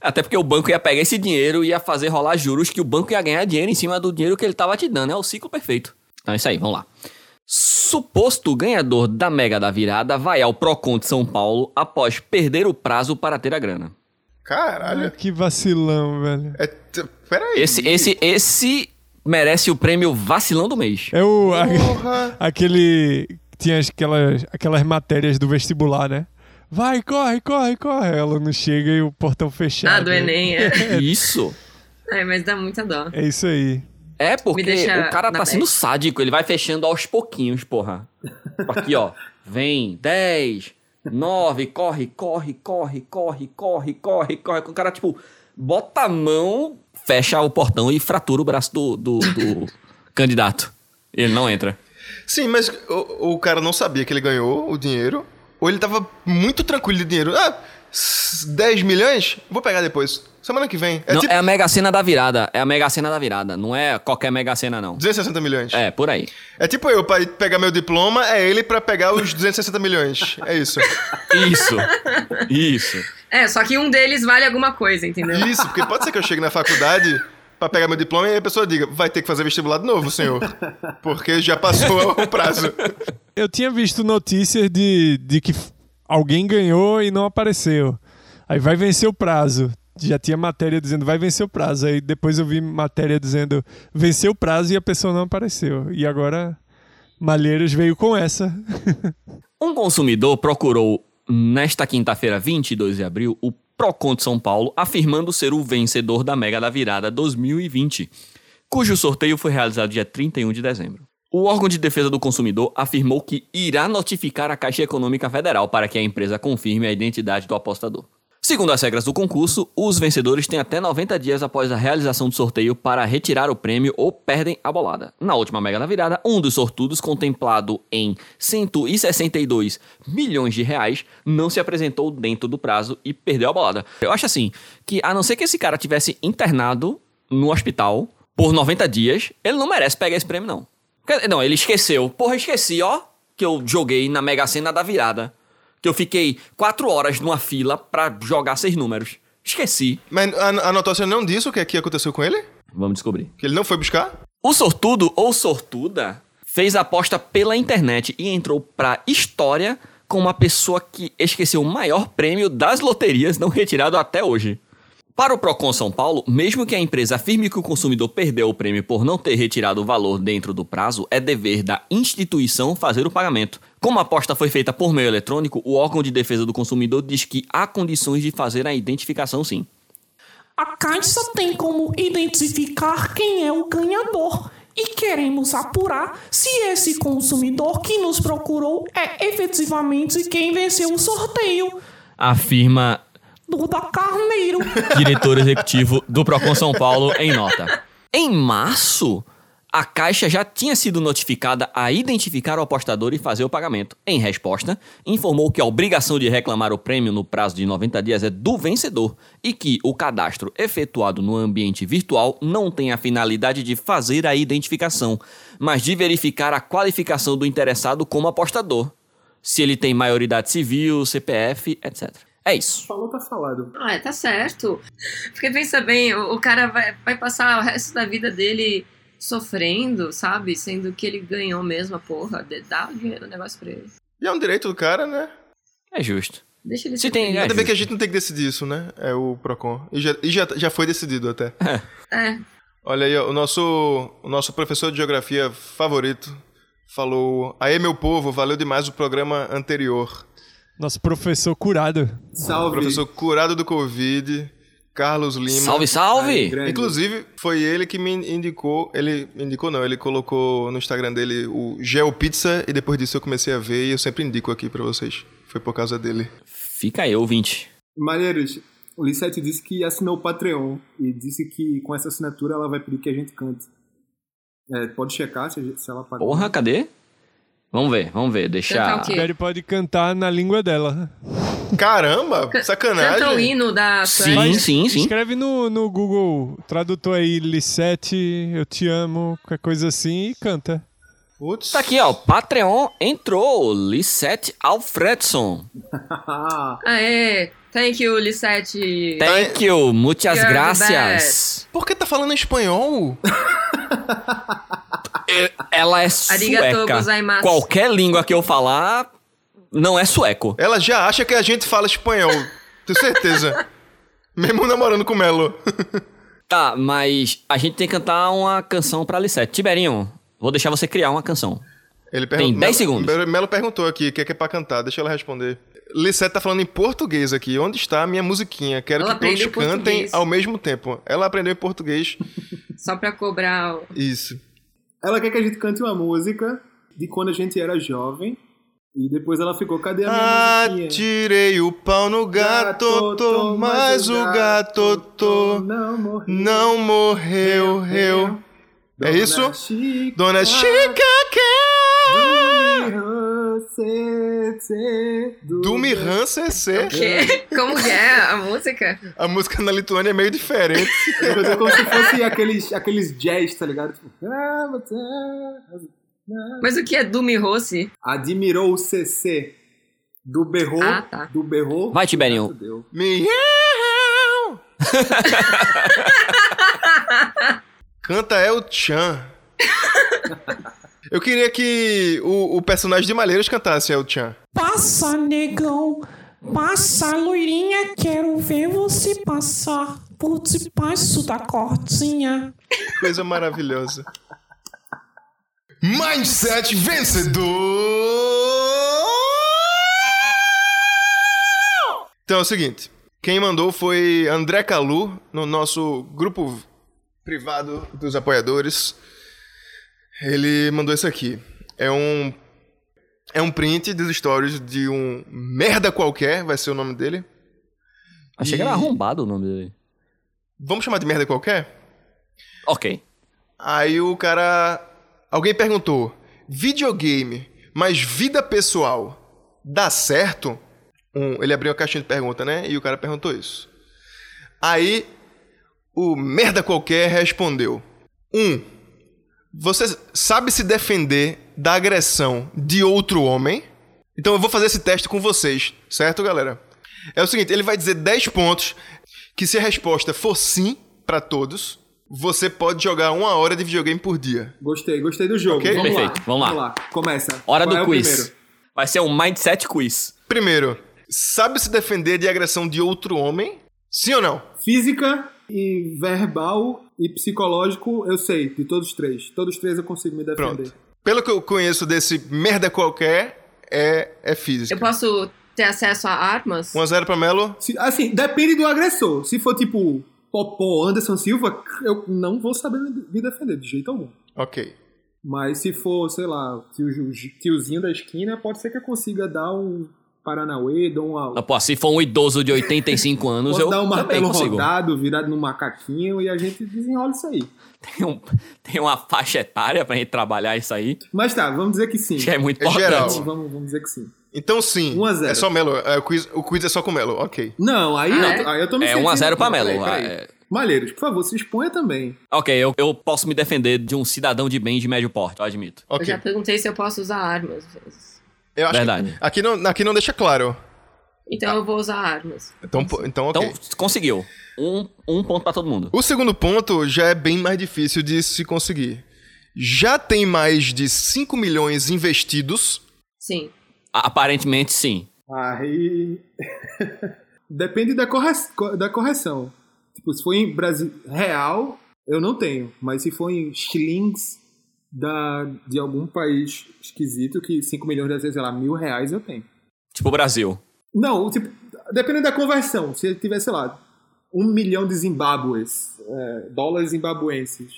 Speaker 2: Até porque o banco ia pegar esse dinheiro e ia fazer rolar juros que o banco ia ganhar dinheiro em cima do dinheiro que ele tava te dando. É o ciclo perfeito. Então é isso aí, vamos lá. Suposto ganhador da Mega da Virada vai ao Procon de São Paulo após perder o prazo para ter a grana.
Speaker 1: Caralho.
Speaker 4: que vacilão, velho.
Speaker 1: É, t- peraí.
Speaker 2: Esse, esse, esse merece o prêmio vacilão do mês.
Speaker 4: É o... a-
Speaker 1: Porra.
Speaker 4: aquele. Tinha aquelas, aquelas matérias do vestibular, né? Vai, corre, corre, corre. Ela não chega e o portão fechado.
Speaker 3: Ah, do Enem, é.
Speaker 2: Isso.
Speaker 3: Ai, mas dá muita dó.
Speaker 4: É isso aí.
Speaker 2: É, porque
Speaker 3: Me deixa
Speaker 2: o cara
Speaker 3: na
Speaker 2: tá sendo
Speaker 3: bad.
Speaker 2: sádico, ele vai fechando aos pouquinhos, porra. Aqui, ó. Vem, 10, 9, corre, corre, corre, corre, corre, corre, corre. O cara, tipo, bota a mão, fecha o portão e fratura o braço do, do, do candidato. Ele não entra.
Speaker 1: Sim, mas o, o cara não sabia que ele ganhou o dinheiro. Ou ele tava muito tranquilo de dinheiro. Ah, s- 10 milhões? Vou pegar depois. Semana que vem. É
Speaker 2: Não,
Speaker 1: tipo
Speaker 2: é a mega cena da virada. É a mega cena da virada. Não é qualquer mega cena, não.
Speaker 1: 260 milhões.
Speaker 2: É, por aí.
Speaker 1: É tipo eu, pra pegar meu diploma, é ele pra pegar os 260 milhões. É isso.
Speaker 2: Isso. Isso.
Speaker 3: É, só que um deles vale alguma coisa, entendeu?
Speaker 1: Isso, porque pode ser que eu chegue na faculdade pra pegar meu diploma e a pessoa diga, vai ter que fazer vestibular de novo, senhor. Porque já passou o prazo.
Speaker 4: Eu tinha visto notícias de, de que f- alguém ganhou e não apareceu. Aí vai vencer o prazo. Já tinha matéria dizendo vai vencer o prazo. Aí depois eu vi matéria dizendo venceu o prazo e a pessoa não apareceu. E agora Malheiros veio com essa.
Speaker 2: Um consumidor procurou nesta quinta-feira, 22 de abril, o Procon de São Paulo, afirmando ser o vencedor da Mega da Virada 2020, cujo sorteio foi realizado dia 31 de dezembro. O órgão de defesa do consumidor afirmou que irá notificar a Caixa Econômica Federal para que a empresa confirme a identidade do apostador. Segundo as regras do concurso, os vencedores têm até 90 dias após a realização do sorteio para retirar o prêmio ou perdem a bolada. Na última Mega da Virada, um dos sortudos, contemplado em 162 milhões de reais, não se apresentou dentro do prazo e perdeu a bolada. Eu acho assim, que a não ser que esse cara tivesse internado no hospital por 90 dias, ele não merece pegar esse prêmio, não. Quer dizer, Não, ele esqueceu. Porra, esqueci, ó, que eu joguei na Mega Sena da virada. Que eu fiquei quatro horas numa fila pra jogar seis números. Esqueci.
Speaker 1: Mas a, a notócia não disse o que, é que aconteceu com ele?
Speaker 2: Vamos descobrir.
Speaker 1: Que ele não foi buscar?
Speaker 2: O sortudo ou sortuda fez a aposta pela internet e entrou pra história como a pessoa que esqueceu o maior prêmio das loterias não retirado até hoje. Para o Procon São Paulo, mesmo que a empresa afirme que o consumidor perdeu o prêmio por não ter retirado o valor dentro do prazo, é dever da instituição fazer o pagamento. Como a aposta foi feita por meio eletrônico, o órgão de defesa do consumidor diz que há condições de fazer a identificação sim.
Speaker 6: A Caixa tem como identificar quem é o ganhador e queremos apurar se esse consumidor que nos procurou é efetivamente quem venceu o sorteio.
Speaker 2: Afirma
Speaker 6: Duda Carneiro.
Speaker 2: diretor executivo do Procon São Paulo, em nota. Em março, a Caixa já tinha sido notificada a identificar o apostador e fazer o pagamento. Em resposta, informou que a obrigação de reclamar o prêmio no prazo de 90 dias é do vencedor e que o cadastro efetuado no ambiente virtual não tem a finalidade de fazer a identificação, mas de verificar a qualificação do interessado como apostador. Se ele tem maioridade civil, CPF, etc. É isso.
Speaker 5: Falou, tá falado.
Speaker 3: Ah, é, tá certo. Porque pensa bem, o, o cara vai, vai passar o resto da vida dele sofrendo, sabe? Sendo que ele ganhou mesmo a porra. de- Dá o dinheiro do negócio pra ele.
Speaker 1: E é um direito do cara, né?
Speaker 2: É justo.
Speaker 3: Deixa ele
Speaker 2: Se
Speaker 3: ser
Speaker 2: tem- né?
Speaker 3: feliz.
Speaker 1: Ainda bem que a gente não tem que decidir isso, né? É o PROCON. E já, e já, já foi decidido até.
Speaker 3: É,
Speaker 1: Olha aí, ó, o nosso, o nosso professor de geografia favorito falou: Aê, meu povo, valeu demais o programa anterior.
Speaker 4: Nosso professor curado.
Speaker 5: Salve.
Speaker 1: Professor curado do Covid, Carlos Lima.
Speaker 2: Salve, salve!
Speaker 5: Aí, grande.
Speaker 1: Inclusive, foi ele que me indicou. Ele me indicou, não, ele colocou no Instagram dele o Gel Pizza e depois disso eu comecei a ver e eu sempre indico aqui pra vocês. Foi por causa dele.
Speaker 2: Fica aí, ouvinte.
Speaker 5: Maneiros, o Lissete disse que assinou o Patreon e disse que com essa assinatura ela vai pedir que a gente cante. É, pode checar se, a gente- se ela pagou.
Speaker 2: Porra, cadê? Vamos ver, vamos ver. Deixa.
Speaker 3: Cantar o quê?
Speaker 4: Mary pode cantar na língua dela.
Speaker 1: Caramba,
Speaker 3: canta o
Speaker 1: sacanagem.
Speaker 3: hino da
Speaker 2: Sim,
Speaker 3: Suécia.
Speaker 2: sim, sim.
Speaker 4: Escreve no, no Google Tradutor aí, Lissete, eu te amo, qualquer coisa assim, e canta.
Speaker 1: Putz.
Speaker 2: Tá aqui, ó. Patreon entrou. Lissette Alfredson.
Speaker 5: Ah,
Speaker 3: Aê, é. thank you, Lissete.
Speaker 2: Thank you. Muitas
Speaker 3: You're the
Speaker 2: gracias.
Speaker 3: best.
Speaker 1: Por que tá falando em espanhol?
Speaker 2: Ela é
Speaker 3: Arigato
Speaker 2: sueca.
Speaker 3: gozaimasu.
Speaker 2: Qualquer língua que eu falar não é sueco.
Speaker 1: Ela já acha que a gente fala espanhol. Tenho certeza. Mesmo namorando com o Melo.
Speaker 2: Tá, mas a gente tem que cantar uma canção pra Lissette. Tiberinho, vou deixar você criar uma canção.
Speaker 1: Ele
Speaker 2: Tem 10
Speaker 1: Melo-
Speaker 2: segundos.
Speaker 1: Melo- Melo perguntou aqui, o que é, que é pra cantar? Deixa ela responder. Lissete tá falando em português aqui. Onde está a minha musiquinha? Quero
Speaker 3: Ela
Speaker 1: que todos
Speaker 3: aprendeu
Speaker 1: cantem
Speaker 3: português.
Speaker 1: ao mesmo tempo. Ela aprendeu em português.
Speaker 3: Só pra cobrar o...
Speaker 1: Isso.
Speaker 5: ela quer que a gente cante uma música de quando a gente era jovem e depois ela ficou, cadê É a minha musiquinha?
Speaker 1: Atirei o pau no gato, tô, mas o gato
Speaker 5: tô
Speaker 1: tô,
Speaker 5: não morreu.
Speaker 1: não morreu, eu. É
Speaker 5: Dona
Speaker 1: isso?
Speaker 5: Chica,
Speaker 1: Dona Chica que
Speaker 5: do Mirros, CC do.
Speaker 1: Dumi Han CC.
Speaker 3: Que? Como que é a música?
Speaker 1: A música na Lituânia é meio diferente.
Speaker 5: É Como se fosse aqueles, aqueles jazz, tá ligado? Tipo. "Ah, você-
Speaker 3: Mas o que é Dumi Rossi?
Speaker 5: Admirou o CC. Do berrou.
Speaker 3: Ah, tá.
Speaker 5: Do berrou.
Speaker 2: Vai, Tiberinho.
Speaker 5: Deu.
Speaker 1: Miau! Canta El Chan. Eu queria que o, o personagem de Malheiros cantasse El Chan.
Speaker 6: Passa, negão. Passa, loirinha. Quero ver você passar por debaixo da cortinha.
Speaker 1: Coisa maravilhosa. Mindset vencedor! Então é o seguinte: quem mandou foi André Calu, no nosso grupo privado dos apoiadores. Ele mandou isso aqui. É um. É um print dos stories de um merda qualquer, vai ser o nome dele.
Speaker 2: Achei que era arrombado o nome dele.
Speaker 1: Vamos chamar de merda qualquer?
Speaker 2: Ok.
Speaker 1: Aí o cara. Alguém perguntou: videogame, mas vida pessoal, dá certo? Um, ele abriu a caixinha de pergunta, né? E o cara perguntou isso. Aí o merda qualquer respondeu: Um, você sabe se defender da agressão de outro homem? Então eu vou fazer esse teste com vocês, certo, galera? É o seguinte, ele vai dizer 10 pontos que se a resposta for sim pra todos, você pode jogar uma hora de videogame por dia.
Speaker 5: Gostei, gostei do jogo.
Speaker 1: Ok.
Speaker 5: Vamos
Speaker 2: Perfeito,
Speaker 5: lá.
Speaker 2: vamos lá.
Speaker 5: Começa.
Speaker 2: Hora
Speaker 5: Qual
Speaker 2: do
Speaker 5: é o
Speaker 2: quiz.
Speaker 5: primeiro?
Speaker 2: Vai ser um mindset quiz.
Speaker 1: Primeiro, sabe se defender de agressão de outro homem? Sim ou não?
Speaker 5: Física e verbal e psicológico, eu sei, de todos os três. Todos os três eu consigo me defender.
Speaker 1: Pronto. Pelo que eu conheço desse merda qualquer, é, é física.
Speaker 3: Eu posso ter acesso a armas?
Speaker 1: 1x0 pra Melo.
Speaker 5: Se- assim, depende do agressor. Se for tipo Popó, Anderson Silva, eu não vou saber me defender de jeito algum.
Speaker 1: Ok.
Speaker 5: Mas se for, sei lá, tio, tiozinho da esquina, pode ser que eu consiga dar um Paranauê, dar uma.
Speaker 2: Não, pô, se for um idoso de 85 anos,
Speaker 5: posso
Speaker 2: eu
Speaker 5: dar um
Speaker 2: também
Speaker 5: martelo
Speaker 2: consigo.
Speaker 5: rodado, virado no macaquinho e a gente desenrola isso aí.
Speaker 2: Tem, um- tem uma faixa etária pra gente trabalhar isso aí,
Speaker 5: Mas tá, vamos dizer que sim.
Speaker 2: que é muito
Speaker 1: É geral.
Speaker 2: importante.
Speaker 5: Vamos, vamos, vamos dizer que sim.
Speaker 1: Então sim.
Speaker 5: Um a zero.
Speaker 1: É só Melo. É, o, quiz, o quiz é só com Melo. Ok.
Speaker 5: Não, aí,
Speaker 3: Ah,
Speaker 5: eu,
Speaker 3: é?
Speaker 5: aí eu tô me
Speaker 2: É,
Speaker 5: sentindo-
Speaker 2: 1 a 0 pra
Speaker 5: Peraí,
Speaker 2: Melo,
Speaker 5: peraí.
Speaker 2: é.
Speaker 5: Malheiros, por favor, se exponha também.
Speaker 2: Ok, eu, eu posso me defender de um cidadão de bem de médio porte, eu admito.
Speaker 3: Eu
Speaker 1: Ok.
Speaker 3: já perguntei se eu posso usar armas.
Speaker 1: Eu acho
Speaker 2: Verdade.
Speaker 1: Que aqui, não, aqui não deixa claro.
Speaker 3: Então eu vou usar armas.
Speaker 1: Então, pô- então ok.
Speaker 2: Então, conseguiu. Um, um ponto pra todo mundo.
Speaker 1: O segundo ponto já é bem mais difícil de se conseguir. Já tem mais de 5 milhões investidos.
Speaker 3: Sim.
Speaker 2: A- Aparentemente, sim.
Speaker 5: Aí. Depende da, corre- co- da correção. Tipo, se for em Brasil real, eu não tenho. Mas se for em shillings da, de algum país esquisito, que 5 milhões deve ser, sei lá, mil reais, eu tenho.
Speaker 2: Tipo o Brasil.
Speaker 5: Não, tipo, depende da conversão. Se ele tiver, sei lá, um milhão de Zimbábues, é, dólares zimbabuenses,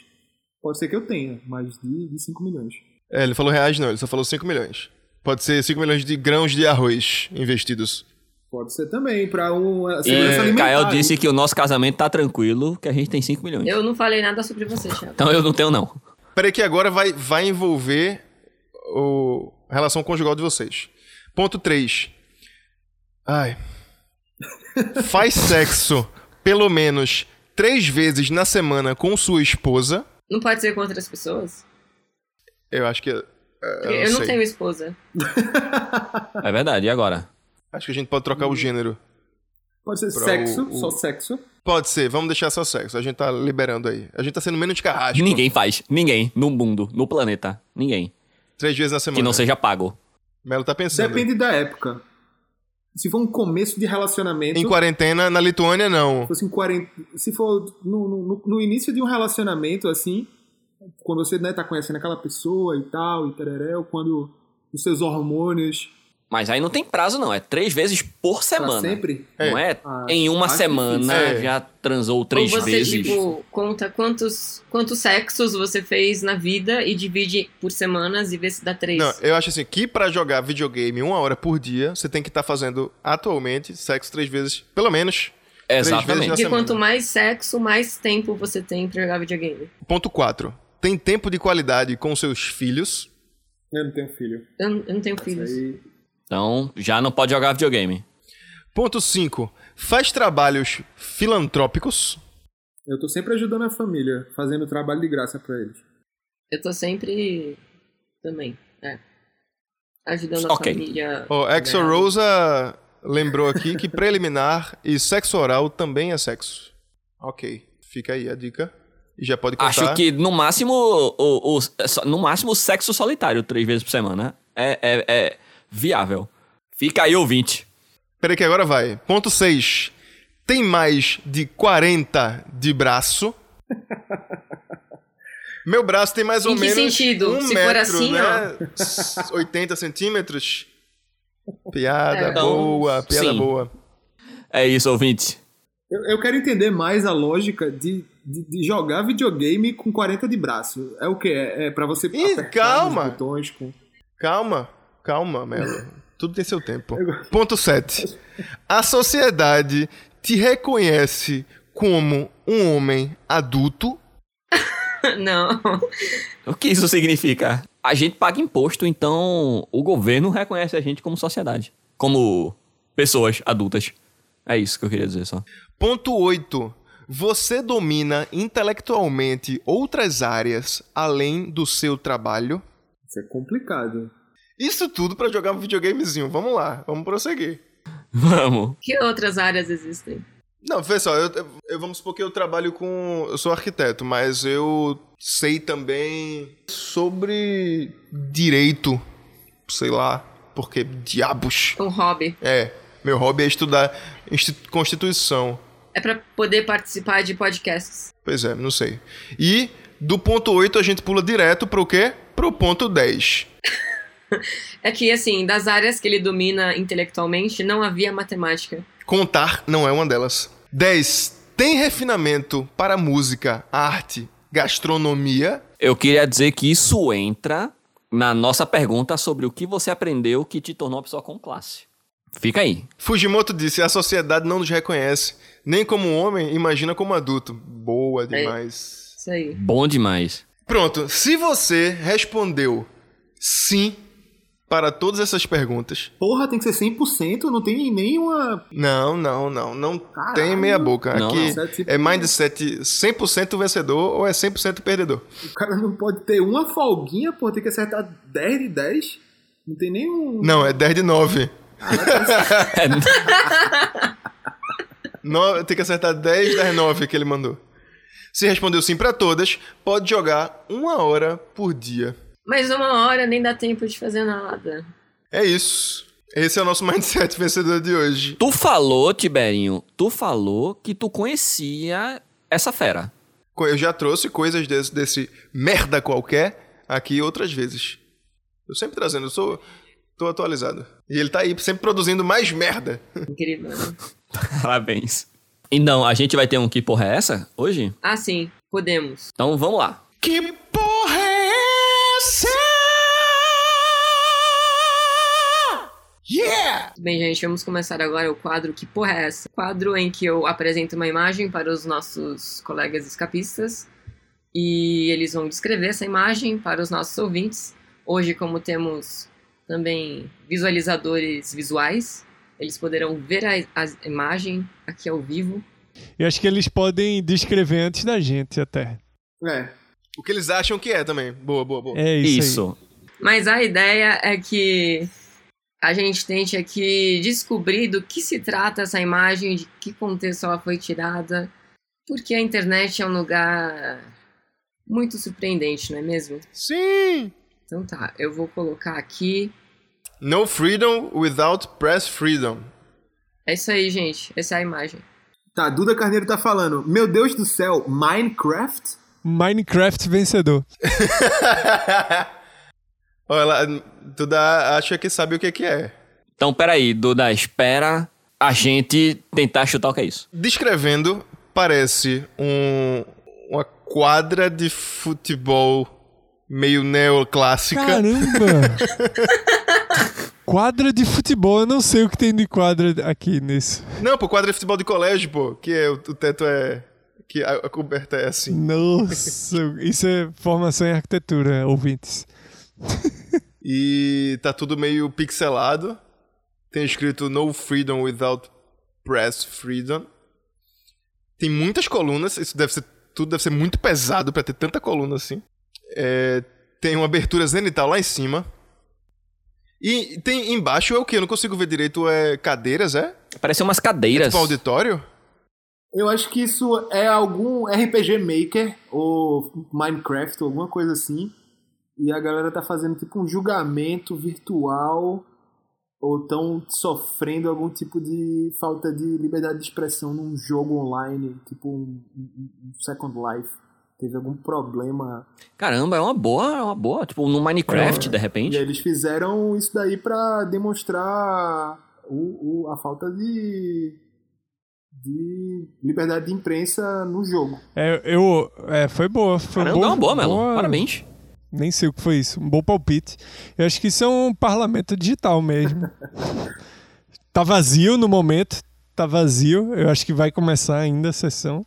Speaker 5: pode ser que eu tenha, mas de, de 5 milhões.
Speaker 1: É, ele falou reais não, ele só falou 5 milhões. Pode ser 5 milhões de grãos de arroz investidos.
Speaker 5: Pode ser também, pra uma
Speaker 1: É,
Speaker 5: segurança
Speaker 2: E
Speaker 5: alimentar.
Speaker 2: Kael disse que o nosso casamento tá tranquilo, que a gente tem 5 milhões.
Speaker 3: Eu não falei nada sobre você, Thiago.
Speaker 2: Então eu não tenho, não.
Speaker 1: Peraí que agora vai, vai envolver o, a relação conjugal de vocês. Ponto 3. Ai. Faz sexo pelo menos três vezes na semana com sua esposa.
Speaker 3: Não pode ser com outras pessoas?
Speaker 1: Eu acho que. é,
Speaker 3: Eu,
Speaker 1: Eu,
Speaker 3: não
Speaker 1: sei.
Speaker 3: tenho esposa.
Speaker 2: É verdade, e agora?
Speaker 1: Acho que a gente pode trocar o gênero.
Speaker 5: Pode ser
Speaker 1: pra
Speaker 5: sexo,
Speaker 1: o- o-
Speaker 5: só sexo.
Speaker 1: Pode ser, vamos deixar só sexo. A gente tá liberando aí. A gente tá sendo menos carrasco.
Speaker 2: Ninguém faz. Ninguém. No mundo. No planeta. Ninguém.
Speaker 1: Três vezes na semana.
Speaker 2: Que não seja pago.
Speaker 1: Melo tá pensando.
Speaker 5: Depende da época. Se for um começo de relacionamento.
Speaker 1: Em quarentena, na Lituânia, não.
Speaker 5: se for assim, 40 se for no, no- no início de um relacionamento, assim, quando você né, tá conhecendo aquela pessoa e tal, e tereréu, quando os seus hormônios.
Speaker 2: Mas aí não tem prazo, não. É três vezes por
Speaker 5: pra
Speaker 2: semana.
Speaker 5: sempre.
Speaker 2: Não é?
Speaker 5: Ah,
Speaker 2: em uma
Speaker 5: acho
Speaker 2: semana
Speaker 1: difícil. É.
Speaker 2: já transou três
Speaker 3: Ou você,
Speaker 2: vezes.
Speaker 3: tipo, conta quantos, quantos sexos você fez na vida e divide por semanas e vê se dá três.
Speaker 1: Não, eu acho assim, que pra jogar videogame uma hora por dia, você tem que estar fazendo atualmente sexo três vezes, pelo menos. vezes na
Speaker 2: Exatamente.
Speaker 3: Porque
Speaker 1: semana.
Speaker 3: quanto mais sexo, mais tempo você tem pra jogar videogame.
Speaker 1: Ponto 4. Tem tempo de qualidade com seus filhos?
Speaker 5: Eu não tenho filho.
Speaker 3: Eu, eu não tenho filhos.
Speaker 5: Aí,
Speaker 2: Então, já não pode jogar videogame.
Speaker 1: Ponto 5. Faz trabalhos filantrópicos.
Speaker 5: eu tô sempre ajudando a família, fazendo trabalho de graça pra eles.
Speaker 3: Eu tô sempre também, é. Ajudando
Speaker 2: Ok.
Speaker 3: a família.
Speaker 1: O Exo
Speaker 3: dela.
Speaker 1: Rosa lembrou aqui que preliminar e sexo oral também é sexo. Ok. Fica aí a dica. E já pode cortar.
Speaker 2: Acho que no máximo o, o- é só- no máximo sexo solitário três vezes por semana é, é- é viável. Fica aí ouvinte.
Speaker 1: Peraí que agora vai. Ponto 6. Tem mais de 40 de braço. Meu braço tem mais ou
Speaker 3: Em que
Speaker 1: menos.
Speaker 3: sentido?
Speaker 1: Um
Speaker 3: Se for
Speaker 1: metro,
Speaker 3: assim,
Speaker 1: né? 80 centímetros. Piada
Speaker 3: É.
Speaker 2: Então,
Speaker 1: boa, piada
Speaker 2: sim.
Speaker 1: boa.
Speaker 2: É isso, ouvinte.
Speaker 5: Eu, eu quero entender mais a lógica de, de, de jogar videogame com 40 de braço. É o quê? É, é pra você
Speaker 1: Ih,
Speaker 5: apertar
Speaker 1: calma.
Speaker 5: os botões com...
Speaker 1: Calma, calma, Melo. Tudo tem seu tempo. Ponto 7. A sociedade te reconhece como um homem adulto.
Speaker 3: Não.
Speaker 2: O que isso significa? A gente paga imposto, então o governo reconhece a gente como sociedade, como pessoas adultas. É isso que eu queria dizer só.
Speaker 1: Ponto 8. Você domina intelectualmente outras áreas além do seu trabalho.
Speaker 5: Isso é complicado.
Speaker 1: Isso tudo pra jogar um videogamezinho. Vamos lá, vamos prosseguir.
Speaker 2: Vamos.
Speaker 3: Que outras áreas existem?
Speaker 1: Não, pessoal, eu, eu- eu- vamos supor que eu trabalho com. Eu sou arquiteto, mas eu sei também sobre direito. Sei lá, porque diabos.
Speaker 3: Um hobby.
Speaker 1: É, meu hobby é estudar insti- Constituição.
Speaker 3: É pra poder participar de podcasts.
Speaker 1: Pois é, não sei. E do ponto 8 a gente pula direto pro quê? Pro ponto 10.
Speaker 3: É que, assim, das áreas que ele domina intelectualmente, não havia matemática.
Speaker 1: Contar não é uma delas. 10. Tem refinamento para música, arte, gastronomia.
Speaker 2: Eu queria dizer que isso entra na nossa pergunta sobre o que você aprendeu que te tornou uma pessoa com classe. Fica aí.
Speaker 1: Fujimoto disse: a sociedade não nos reconhece. Nem como homem, imagina como adulto. Boa demais.
Speaker 3: Isso aí.
Speaker 2: Bom demais.
Speaker 1: Pronto, se você respondeu sim para todas essas perguntas.
Speaker 5: Porra, tem que ser 100%, não tem nenhuma...
Speaker 1: Não, não, não. Não
Speaker 5: Caralho.
Speaker 1: tem meia boca.
Speaker 2: Não,
Speaker 1: Aqui
Speaker 5: não.
Speaker 1: é mindset 100% vencedor ou é 100% perdedor.
Speaker 5: O cara não pode ter uma folguinha, pô, tem que acertar 10 de 10. Não tem nenhum...
Speaker 1: Não, é 10 de 9. No- Tem que acertar 10 das 9 que ele mandou. Se respondeu sim pra todas, pode jogar uma hora por dia.
Speaker 3: Mas uma hora nem dá tempo de fazer nada.
Speaker 1: É isso. Esse é o nosso mindset vencedor de hoje.
Speaker 2: Tu falou, Tiberinho, tu falou que tu conhecia essa fera.
Speaker 1: Co- Eu já trouxe coisas desse, desse merda qualquer aqui outras vezes. Eu sempre trazendo, eu sou. tô atualizado. E ele tá aí sempre produzindo mais merda.
Speaker 3: Incrível. né?
Speaker 2: Parabéns. Então, a gente vai ter um que porra é essa hoje?
Speaker 3: Ah, sim. Podemos.
Speaker 2: Então vamos lá.
Speaker 1: Que porra é essa? Yeah!
Speaker 3: Tudo Bem, gente, vamos começar agora o quadro Que Porra é essa? Quadro em que eu apresento uma imagem para os nossos colegas escapistas e eles vão descrever essa imagem para os nossos ouvintes. Hoje, como temos também visualizadores visuais, eles poderão ver a, a imagem aqui ao vivo.
Speaker 4: E acho que eles podem descrever antes da gente até.
Speaker 5: É,
Speaker 1: O que eles acham que é também. Boa, boa, boa.
Speaker 4: É isso. aí.
Speaker 2: Isso.
Speaker 3: Mas a ideia é que a gente tente aqui descobrir do que se trata essa imagem, de que contexto ela foi tirada, porque a internet é um lugar muito surpreendente, não é mesmo?
Speaker 1: Sim!
Speaker 3: Então tá, eu vou colocar aqui.
Speaker 1: No freedom without press freedom.
Speaker 3: É isso aí, gente. Essa é a imagem.
Speaker 5: Tá, Duda Carneiro tá falando. Meu Deus do céu, Minecraft?
Speaker 4: Minecraft vencedor.
Speaker 1: Olha lá, tu dá, acha que sabe o que que é.
Speaker 2: Então, peraí, Duda, espera a gente tentar chutar o que é isso.
Speaker 1: Descrevendo, parece um, uma quadra de futebol meio neoclássica.
Speaker 4: Caramba! quadra de futebol, eu não sei o que tem de quadra aqui nisso.
Speaker 1: Não, pô, quadra de futebol de colégio, pô, que é, o, o teto é... que a, a coberta é assim.
Speaker 4: Nossa, isso é formação em arquitetura, ouvintes.
Speaker 1: E tá tudo meio pixelado. Tem escrito No Freedom Without Press Freedom. Tem muitas colunas, isso deve ser tudo deve ser muito pesado pra ter tanta coluna assim. É, tem uma abertura zenital lá em cima. E tem embaixo é o que? Eu não consigo ver direito. É cadeiras, é?
Speaker 2: Parecem umas cadeiras.
Speaker 1: Tipo auditório?
Speaker 5: Eu acho que isso é algum RPG Maker ou Minecraft ou alguma coisa assim. E a galera tá fazendo tipo um julgamento virtual ou tão sofrendo algum tipo de falta de liberdade de expressão num jogo online, tipo um, um- um Second Life. Teve algum problema.
Speaker 2: Caramba, é uma boa, é uma boa. Tipo, no Minecraft, de
Speaker 5: E
Speaker 2: repente.
Speaker 5: aí eles fizeram isso daí pra demonstrar o, o- a falta de, de liberdade de imprensa no jogo.
Speaker 4: É, eu, é, foi boa. Foi
Speaker 2: Caramba,
Speaker 4: boa,
Speaker 2: é uma boa, Melo. Parabéns.
Speaker 4: Nem sei o que foi isso. Um bom palpite. Eu acho que isso é um parlamento digital mesmo. tá vazio no momento. Tá vazio. Eu acho que vai começar ainda a sessão.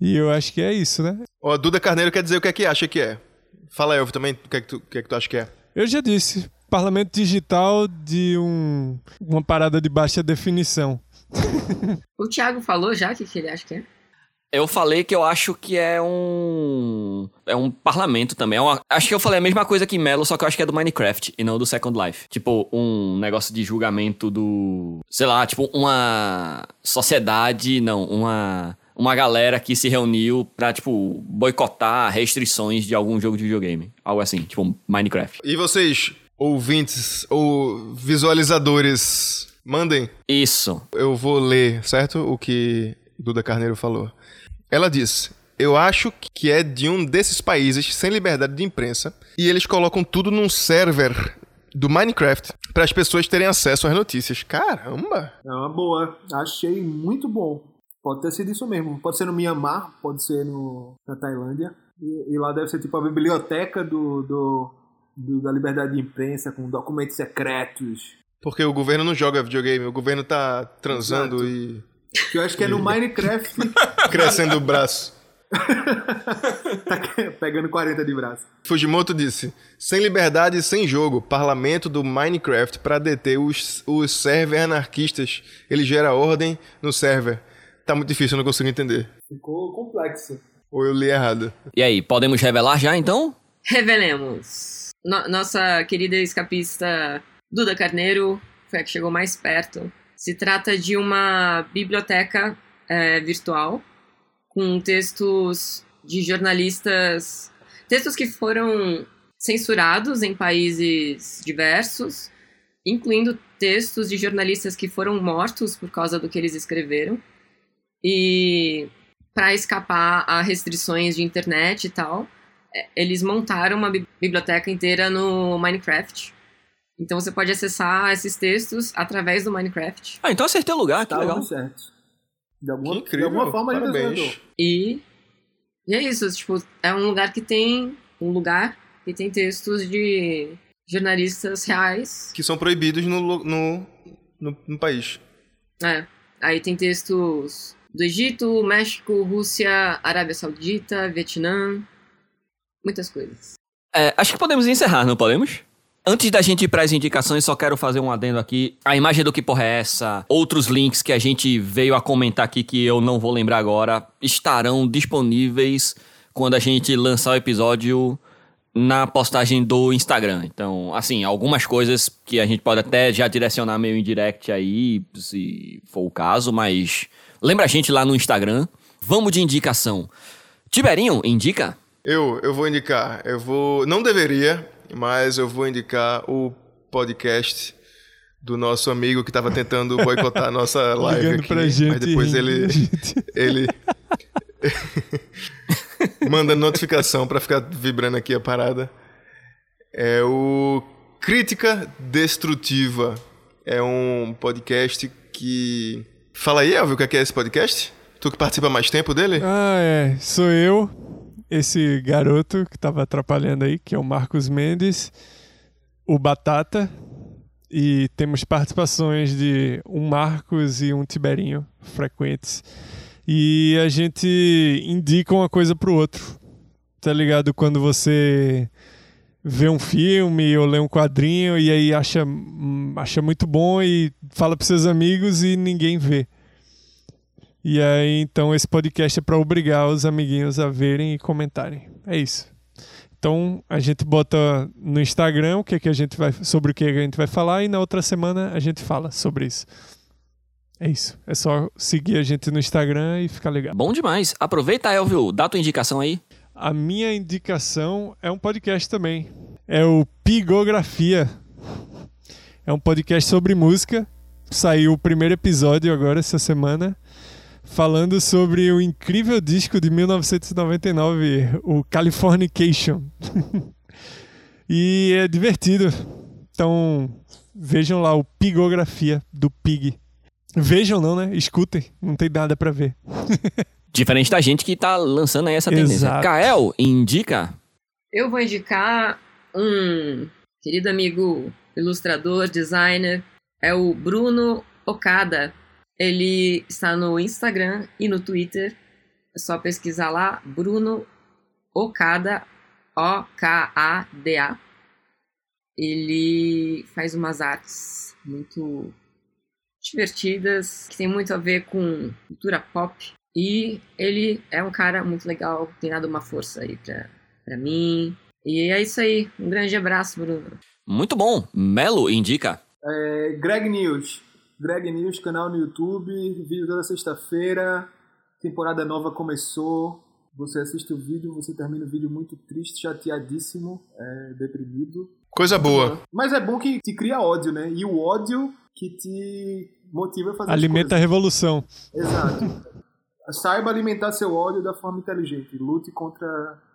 Speaker 4: E eu acho que é isso, né?
Speaker 1: Ó, a Duda Carneiro quer dizer o que é que acha que é. Fala, Elvio, também, o que é que tu, o que é que tu acha que é?
Speaker 4: Eu já disse. Parlamento digital de um, uma parada de baixa definição.
Speaker 3: O Thiago falou já o que, que ele acha que é?
Speaker 2: Eu falei que eu acho que é um. É um parlamento também. É uma- acho que eu falei a mesma coisa que Melo, só que eu acho que é do Minecraft e não do Second Life. Tipo, um negócio de julgamento do. Sei lá, tipo, uma sociedade. Não, uma. Uma galera que se reuniu pra, tipo, boicotar restrições de algum jogo de videogame. Algo assim, tipo, Minecraft.
Speaker 1: E vocês, ouvintes ou visualizadores, mandem.
Speaker 2: Isso.
Speaker 1: Eu vou ler, certo? O que Duda Carneiro falou. Ela disse: Eu acho que é de um desses países sem liberdade de imprensa e eles colocam tudo num server do Minecraft para as pessoas terem acesso às notícias. Caramba!
Speaker 5: É uma boa. Achei muito bom. Pode ter sido isso mesmo. Pode ser no Mianmar, pode ser no, na Tailândia. E, e lá deve ser tipo a biblioteca do, do, do- da liberdade de imprensa, com documentos secretos.
Speaker 1: Porque o governo não joga videogame, o governo tá transando
Speaker 5: Exato.
Speaker 1: e
Speaker 5: Que eu acho que é no Minecraft,
Speaker 1: crescendo o braço.
Speaker 5: tá pegando 40 de braço.
Speaker 1: Fujimoto disse: sem liberdade e sem jogo, parlamento do Minecraft para deter os, os server anarquistas. Ele gera ordem no server. Tá muito difícil, eu não consigo entender.
Speaker 5: Ficou complexo.
Speaker 1: Ou eu li errado.
Speaker 2: E aí, podemos revelar já então?
Speaker 3: Revelemos. No- nossa querida escapista Duda Carneiro foi a que chegou mais perto. Se trata de uma biblioteca eh, virtual com textos de jornalistas, textos que foram censurados em países diversos, incluindo textos de jornalistas que foram mortos por causa do que eles escreveram e para escapar a restrições de internet e tal eles montaram uma bi- biblioteca inteira no Minecraft. Então você pode acessar esses textos através do Minecraft.
Speaker 2: Ah, então acertei o lugar, que
Speaker 5: Tá
Speaker 2: legal.
Speaker 5: dando certo. De
Speaker 1: Que
Speaker 5: alguma,
Speaker 1: incrível.
Speaker 5: de alguma forma ele tá
Speaker 1: Parabéns.
Speaker 5: desvendou.
Speaker 3: E, e é isso, tipo, é um lugar que tem um lugar que tem textos de jornalistas reais.
Speaker 1: Que são proibidos no, lo- no, no, no país.
Speaker 3: É. Aí tem textos do Egito, México, Rússia, Arábia Saudita, Vietnã, muitas coisas.
Speaker 2: É, acho que podemos encerrar, não podemos? Antes da gente ir para as indicações, só quero fazer um adendo aqui. A imagem do que porra é essa? Outros links que a gente veio a comentar aqui que eu não vou lembrar agora estarão disponíveis quando a gente lançar o episódio na postagem do Instagram. Então, assim, algumas coisas que a gente pode até já direcionar meio em direct aí, se for o caso, mas lembra a gente lá no Instagram. Vamos de indicação. Tiberinho, indica?
Speaker 1: Eu, eu vou indicar. Eu vou. Não deveria, mas eu vou indicar o podcast do nosso amigo que tava tentando boicotar a nossa live.
Speaker 4: Ligando
Speaker 1: aqui,
Speaker 4: pra gente.
Speaker 1: mas depois
Speaker 4: rindo
Speaker 1: ele.
Speaker 4: da gente.
Speaker 1: Ele. Manda notificação pra ficar vibrando aqui a parada. É o Crítica Destrutiva. É um podcast que. Fala aí, Elvio, o que é que é esse podcast? Tu que participa mais tempo dele?
Speaker 4: Ah, é. Sou eu, esse garoto que tava atrapalhando aí, que é o Marcos Mendes, o Batata, e temos participações de um Marcos e um Tiberinho frequentes. E a gente indica uma coisa pro outro. Tá ligado? Quando você vê um filme ou lê um quadrinho e aí acha, hum, acha muito bom e fala para seus amigos e ninguém vê. E aí, então, esse podcast é para obrigar os amiguinhos a verem e comentarem. É isso. Então, a gente bota no Instagram o que, é que a gente vai, sobre o que, é que a gente vai falar e na outra semana a gente fala sobre isso. É isso. É só seguir a gente no Instagram e ficar legal.
Speaker 2: Bom demais. Aproveita, Elvio, dá tua indicação aí.
Speaker 4: A minha indicação é um podcast também. É o Pigografia. É um podcast sobre música. Saiu o primeiro episódio agora essa semana, falando sobre o incrível disco de 1999, o Californication. e é divertido. Então, vejam lá o Pigografia do Pig. Vejam não, né? Escutem, não tem nada pra ver.
Speaker 2: Diferente da gente que tá lançando aí essa tendência.
Speaker 4: Exato.
Speaker 2: Kael, indica.
Speaker 3: Eu vou indicar um querido amigo ilustrador, designer, é o Bruno Okada. Ele está no Instagram e no Twitter. É só pesquisar lá, Bruno Okada, O-K-A-D-A. Ele faz umas artes muito divertidas, que tem muito a ver com cultura pop. E ele é um cara muito legal, tem dado uma força aí pra, pra mim. E é isso aí. Um grande abraço, Bruno.
Speaker 2: Muito bom. Melo, indica.
Speaker 5: É, Greg News. Greg News, canal no YouTube, vídeo toda sexta-feira, temporada nova começou. Você assiste o vídeo, você termina o vídeo muito triste, chateadíssimo, é, deprimido.
Speaker 1: Coisa boa.
Speaker 5: Mas é bom que te cria ódio, né? E o ódio que te motiva a fazer as
Speaker 4: Alimenta a revolução.
Speaker 5: coisas. Exato. Saiba alimentar seu ódio da forma inteligente. Lute contra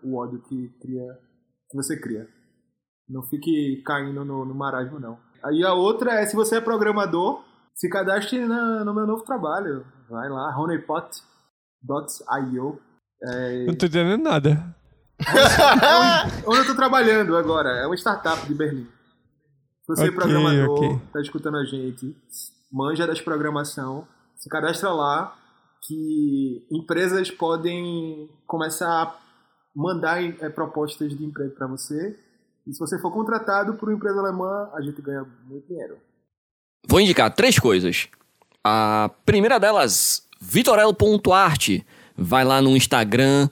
Speaker 5: o ódio que, cria, que você cria. Não fique caindo no, no marasmo, não. Aí a outra é, se você é programador, se cadastre na- no meu novo trabalho. Vai lá, honeypot.io.
Speaker 4: Eu Não tô entendendo nada.
Speaker 5: Onde eu tô trabalhando agora. É uma startup de Berlim. Se Você é
Speaker 4: Ok,
Speaker 5: programador,
Speaker 4: ok.
Speaker 5: tá escutando a gente, manja das programação, se cadastra lá que empresas podem começar a mandar eh, propostas de emprego para você. E se você for contratado por uma empresa alemã, a gente ganha muito dinheiro.
Speaker 2: Vou indicar três coisas. A primeira delas, vitorello.arte. Vai lá no Instagram,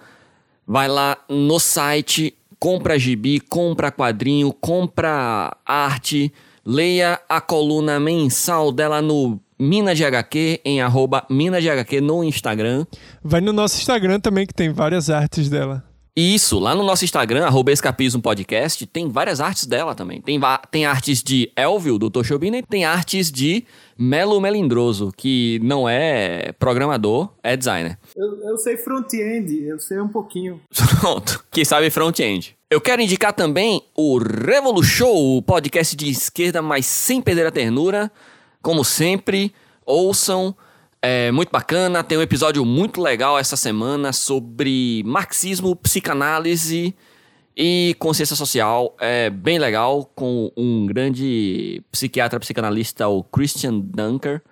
Speaker 2: vai lá no site, compra gibi, compra quadrinho, compra arte, leia a coluna mensal dela no Minas de HQ, em arroba Minas de HQ no Instagram.
Speaker 4: Vai no nosso Instagram também, que tem várias artes dela.
Speaker 2: E Isso, lá no nosso Instagram, arroba Escapismo Podcast, tem várias artes dela também. Tem, va- tem artes de Elvio, do Toshobina, e tem artes de Melo Melindroso, que não é programador, é designer.
Speaker 5: Eu, eu sei front-end, eu sei um pouquinho.
Speaker 2: Pronto, quem sabe front-end. Eu quero indicar também o Revolu Show, o podcast de esquerda, mas sem perder a ternura. Como sempre, ouçam, é muito bacana. Tem um episódio muito legal essa semana sobre marxismo, psicanálise e consciência social. É bem legal, com um grande psiquiatra, psicanalista, o Christian Dunker,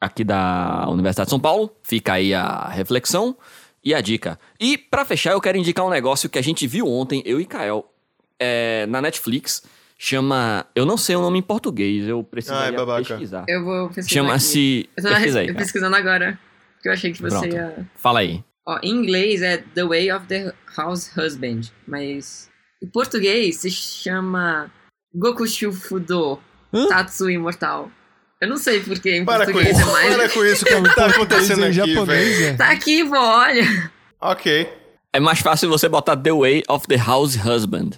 Speaker 2: aqui da Universidade de São Paulo. Fica aí a reflexão e a dica. E pra fechar, eu quero indicar um negócio que a gente viu ontem, eu e Kael, é, na Netflix. Chama. Eu não sei o nome em português, eu preciso
Speaker 1: Ai, babaca.
Speaker 2: pesquisar.
Speaker 3: Eu vou pesquisar. aqui.
Speaker 2: Chama-se.
Speaker 3: Eu tô na-
Speaker 2: Pesquisa aí.
Speaker 3: é. eu
Speaker 2: cara.
Speaker 3: pesquisando agora. Porque eu achei que você
Speaker 2: Pronto.
Speaker 3: ia.
Speaker 2: Fala aí.
Speaker 3: Ó, em inglês é The Way of the House Husband, mas em português se chama Goku Shufudo
Speaker 4: Hã?
Speaker 3: Tatsu Imortal. Eu não sei porque em
Speaker 1: Para com
Speaker 3: português
Speaker 1: isso.
Speaker 3: é mais.
Speaker 1: Para com isso que tá acontecendo
Speaker 4: em
Speaker 1: aqui,
Speaker 4: é japonês,
Speaker 1: velho.
Speaker 4: é.
Speaker 3: Tá aqui, vó, olha.
Speaker 1: Ok.
Speaker 2: É mais fácil você botar The Way of the House Husband.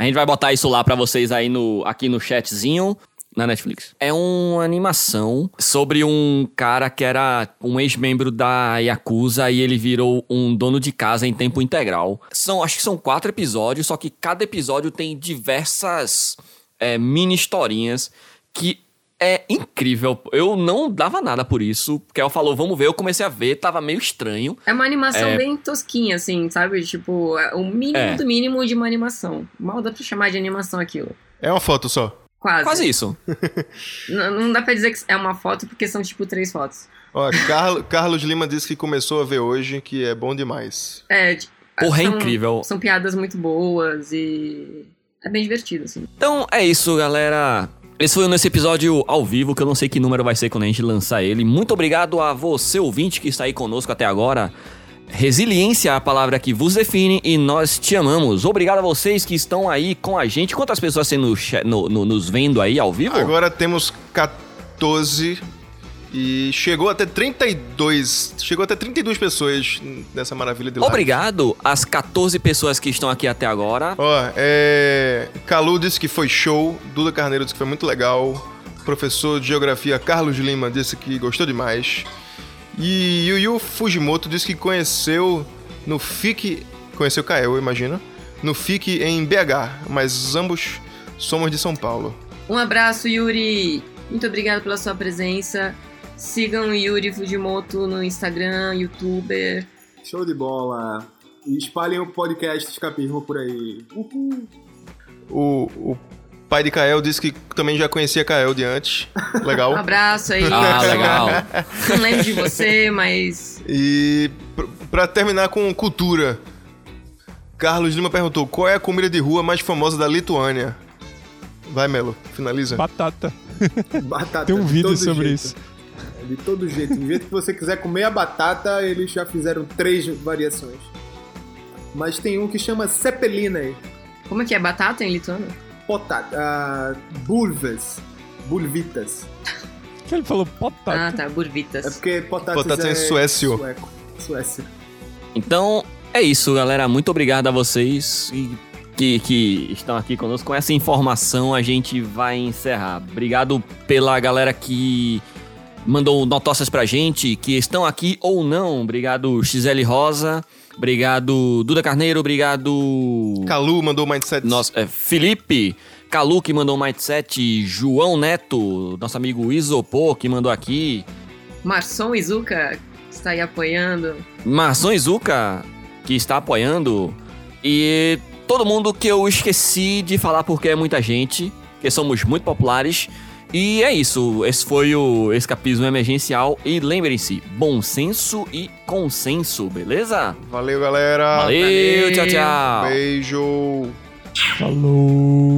Speaker 2: A gente vai botar isso lá pra vocês aí no, aqui no chatzinho na Netflix. É uma animação sobre um cara que era um ex-membro da Yakuza e ele virou um dono de casa em tempo integral. São, acho que são quatro episódios, só que cada episódio tem diversas é, mini historinhas que é incrível. Eu não dava nada por isso. Kel falou, vamos ver. Eu comecei a ver, tava meio estranho.
Speaker 3: É uma animação
Speaker 2: É.
Speaker 3: bem tosquinha, assim, sabe? Tipo, é o mínimo
Speaker 2: É.
Speaker 3: do mínimo de uma animação. Mal dá pra chamar de animação aquilo.
Speaker 1: É uma foto só.
Speaker 3: Quase.
Speaker 2: Quase isso.
Speaker 3: N- Não dá pra dizer que é uma foto, porque são, tipo, três fotos.
Speaker 1: Ó, Carlo- Carlos Lima disse que começou a ver hoje, que é bom demais.
Speaker 3: É, tipo,
Speaker 2: Porra, é
Speaker 3: são-
Speaker 2: incrível.
Speaker 3: São piadas muito boas e É bem divertido, assim.
Speaker 2: Então é isso, galera. Esse foi o nosso episódio ao vivo, que eu não sei que número vai ser quando a gente lançar ele. Muito obrigado a você, ouvinte, que está aí conosco até agora. Resiliência é a palavra que vos define e nós te amamos. Obrigado a vocês que estão aí com a gente. Quantas pessoas tem no cha- no- no- nos vendo aí ao vivo?
Speaker 1: Agora temos 14 e chegou até 32. Chegou até 32 pessoas nessa maravilha de live.
Speaker 2: Obrigado às 14 pessoas que estão aqui até agora.
Speaker 1: Ó, é. Calu disse que foi show, Duda Carneiro disse que foi muito legal, professor de geografia Carlos Lima disse que gostou demais, e Yuyu Fujimoto disse que conheceu no FIC. Conheceu Kael, eu imagino. No FIC em BH, mas ambos somos de São Paulo.
Speaker 3: Um abraço, Yuri. Muito obrigado pela sua presença. Sigam o Yuri Fujimoto no Instagram, youtuber.
Speaker 5: Show de bola. E espalhem o podcast Escapismo por aí. Uhul.
Speaker 1: O, o pai de Kael disse que também já conhecia Kael de antes. Legal.
Speaker 3: Um
Speaker 5: Oh.
Speaker 3: abraço aí.
Speaker 2: Ah, legal.
Speaker 3: Não lembro de você, mas.
Speaker 1: E pr- pra terminar com cultura, Carlos Lima perguntou: qual é a comida de rua mais famosa da Lituânia? Vai, Melo, finaliza.
Speaker 4: Batata.
Speaker 5: Batata.
Speaker 4: Tem um
Speaker 5: de
Speaker 4: vídeo
Speaker 5: todo
Speaker 4: sobre
Speaker 5: jeito.
Speaker 4: isso.
Speaker 5: De todo jeito. Do jeito que você quiser comer a batata, eles já fizeram três variações. Mas tem um que chama Cepelina aí.
Speaker 3: Como é que é? Batata em lituano?
Speaker 5: Potata. ah, bulvas. Bulvitas.
Speaker 4: que ele falou
Speaker 3: Ah,
Speaker 4: batata.
Speaker 3: tá. Burvitas.
Speaker 5: É porque potatas
Speaker 1: Potatas
Speaker 5: é
Speaker 1: em suécio.
Speaker 5: Sueco. Suécia.
Speaker 2: Então é isso, galera. Muito obrigado a vocês e- que, que estão aqui conosco. Com essa informação a gente vai encerrar. Obrigado pela galera que mandou notócias pra gente, que estão aqui ou não. Obrigado, XL Rosa. Obrigado, Duda Carneiro. Obrigado.
Speaker 1: Calu mandou mindset.
Speaker 2: Nossa, é, Felipe, Calu que mandou um mindset, João Neto, nosso amigo Isopor que mandou aqui,
Speaker 3: Marçom Izuka está aí apoiando.
Speaker 2: Marçom Izuka que está apoiando e todo mundo que eu esqueci de falar porque é muita gente, que somos muito populares. E é isso, esse foi o Escapismo Emergencial e lembrem-se, bom senso e consenso, beleza?
Speaker 1: Ah, Valeu, galera.
Speaker 2: Valeu, tchau, tchau.
Speaker 1: Beijo.
Speaker 4: Falou.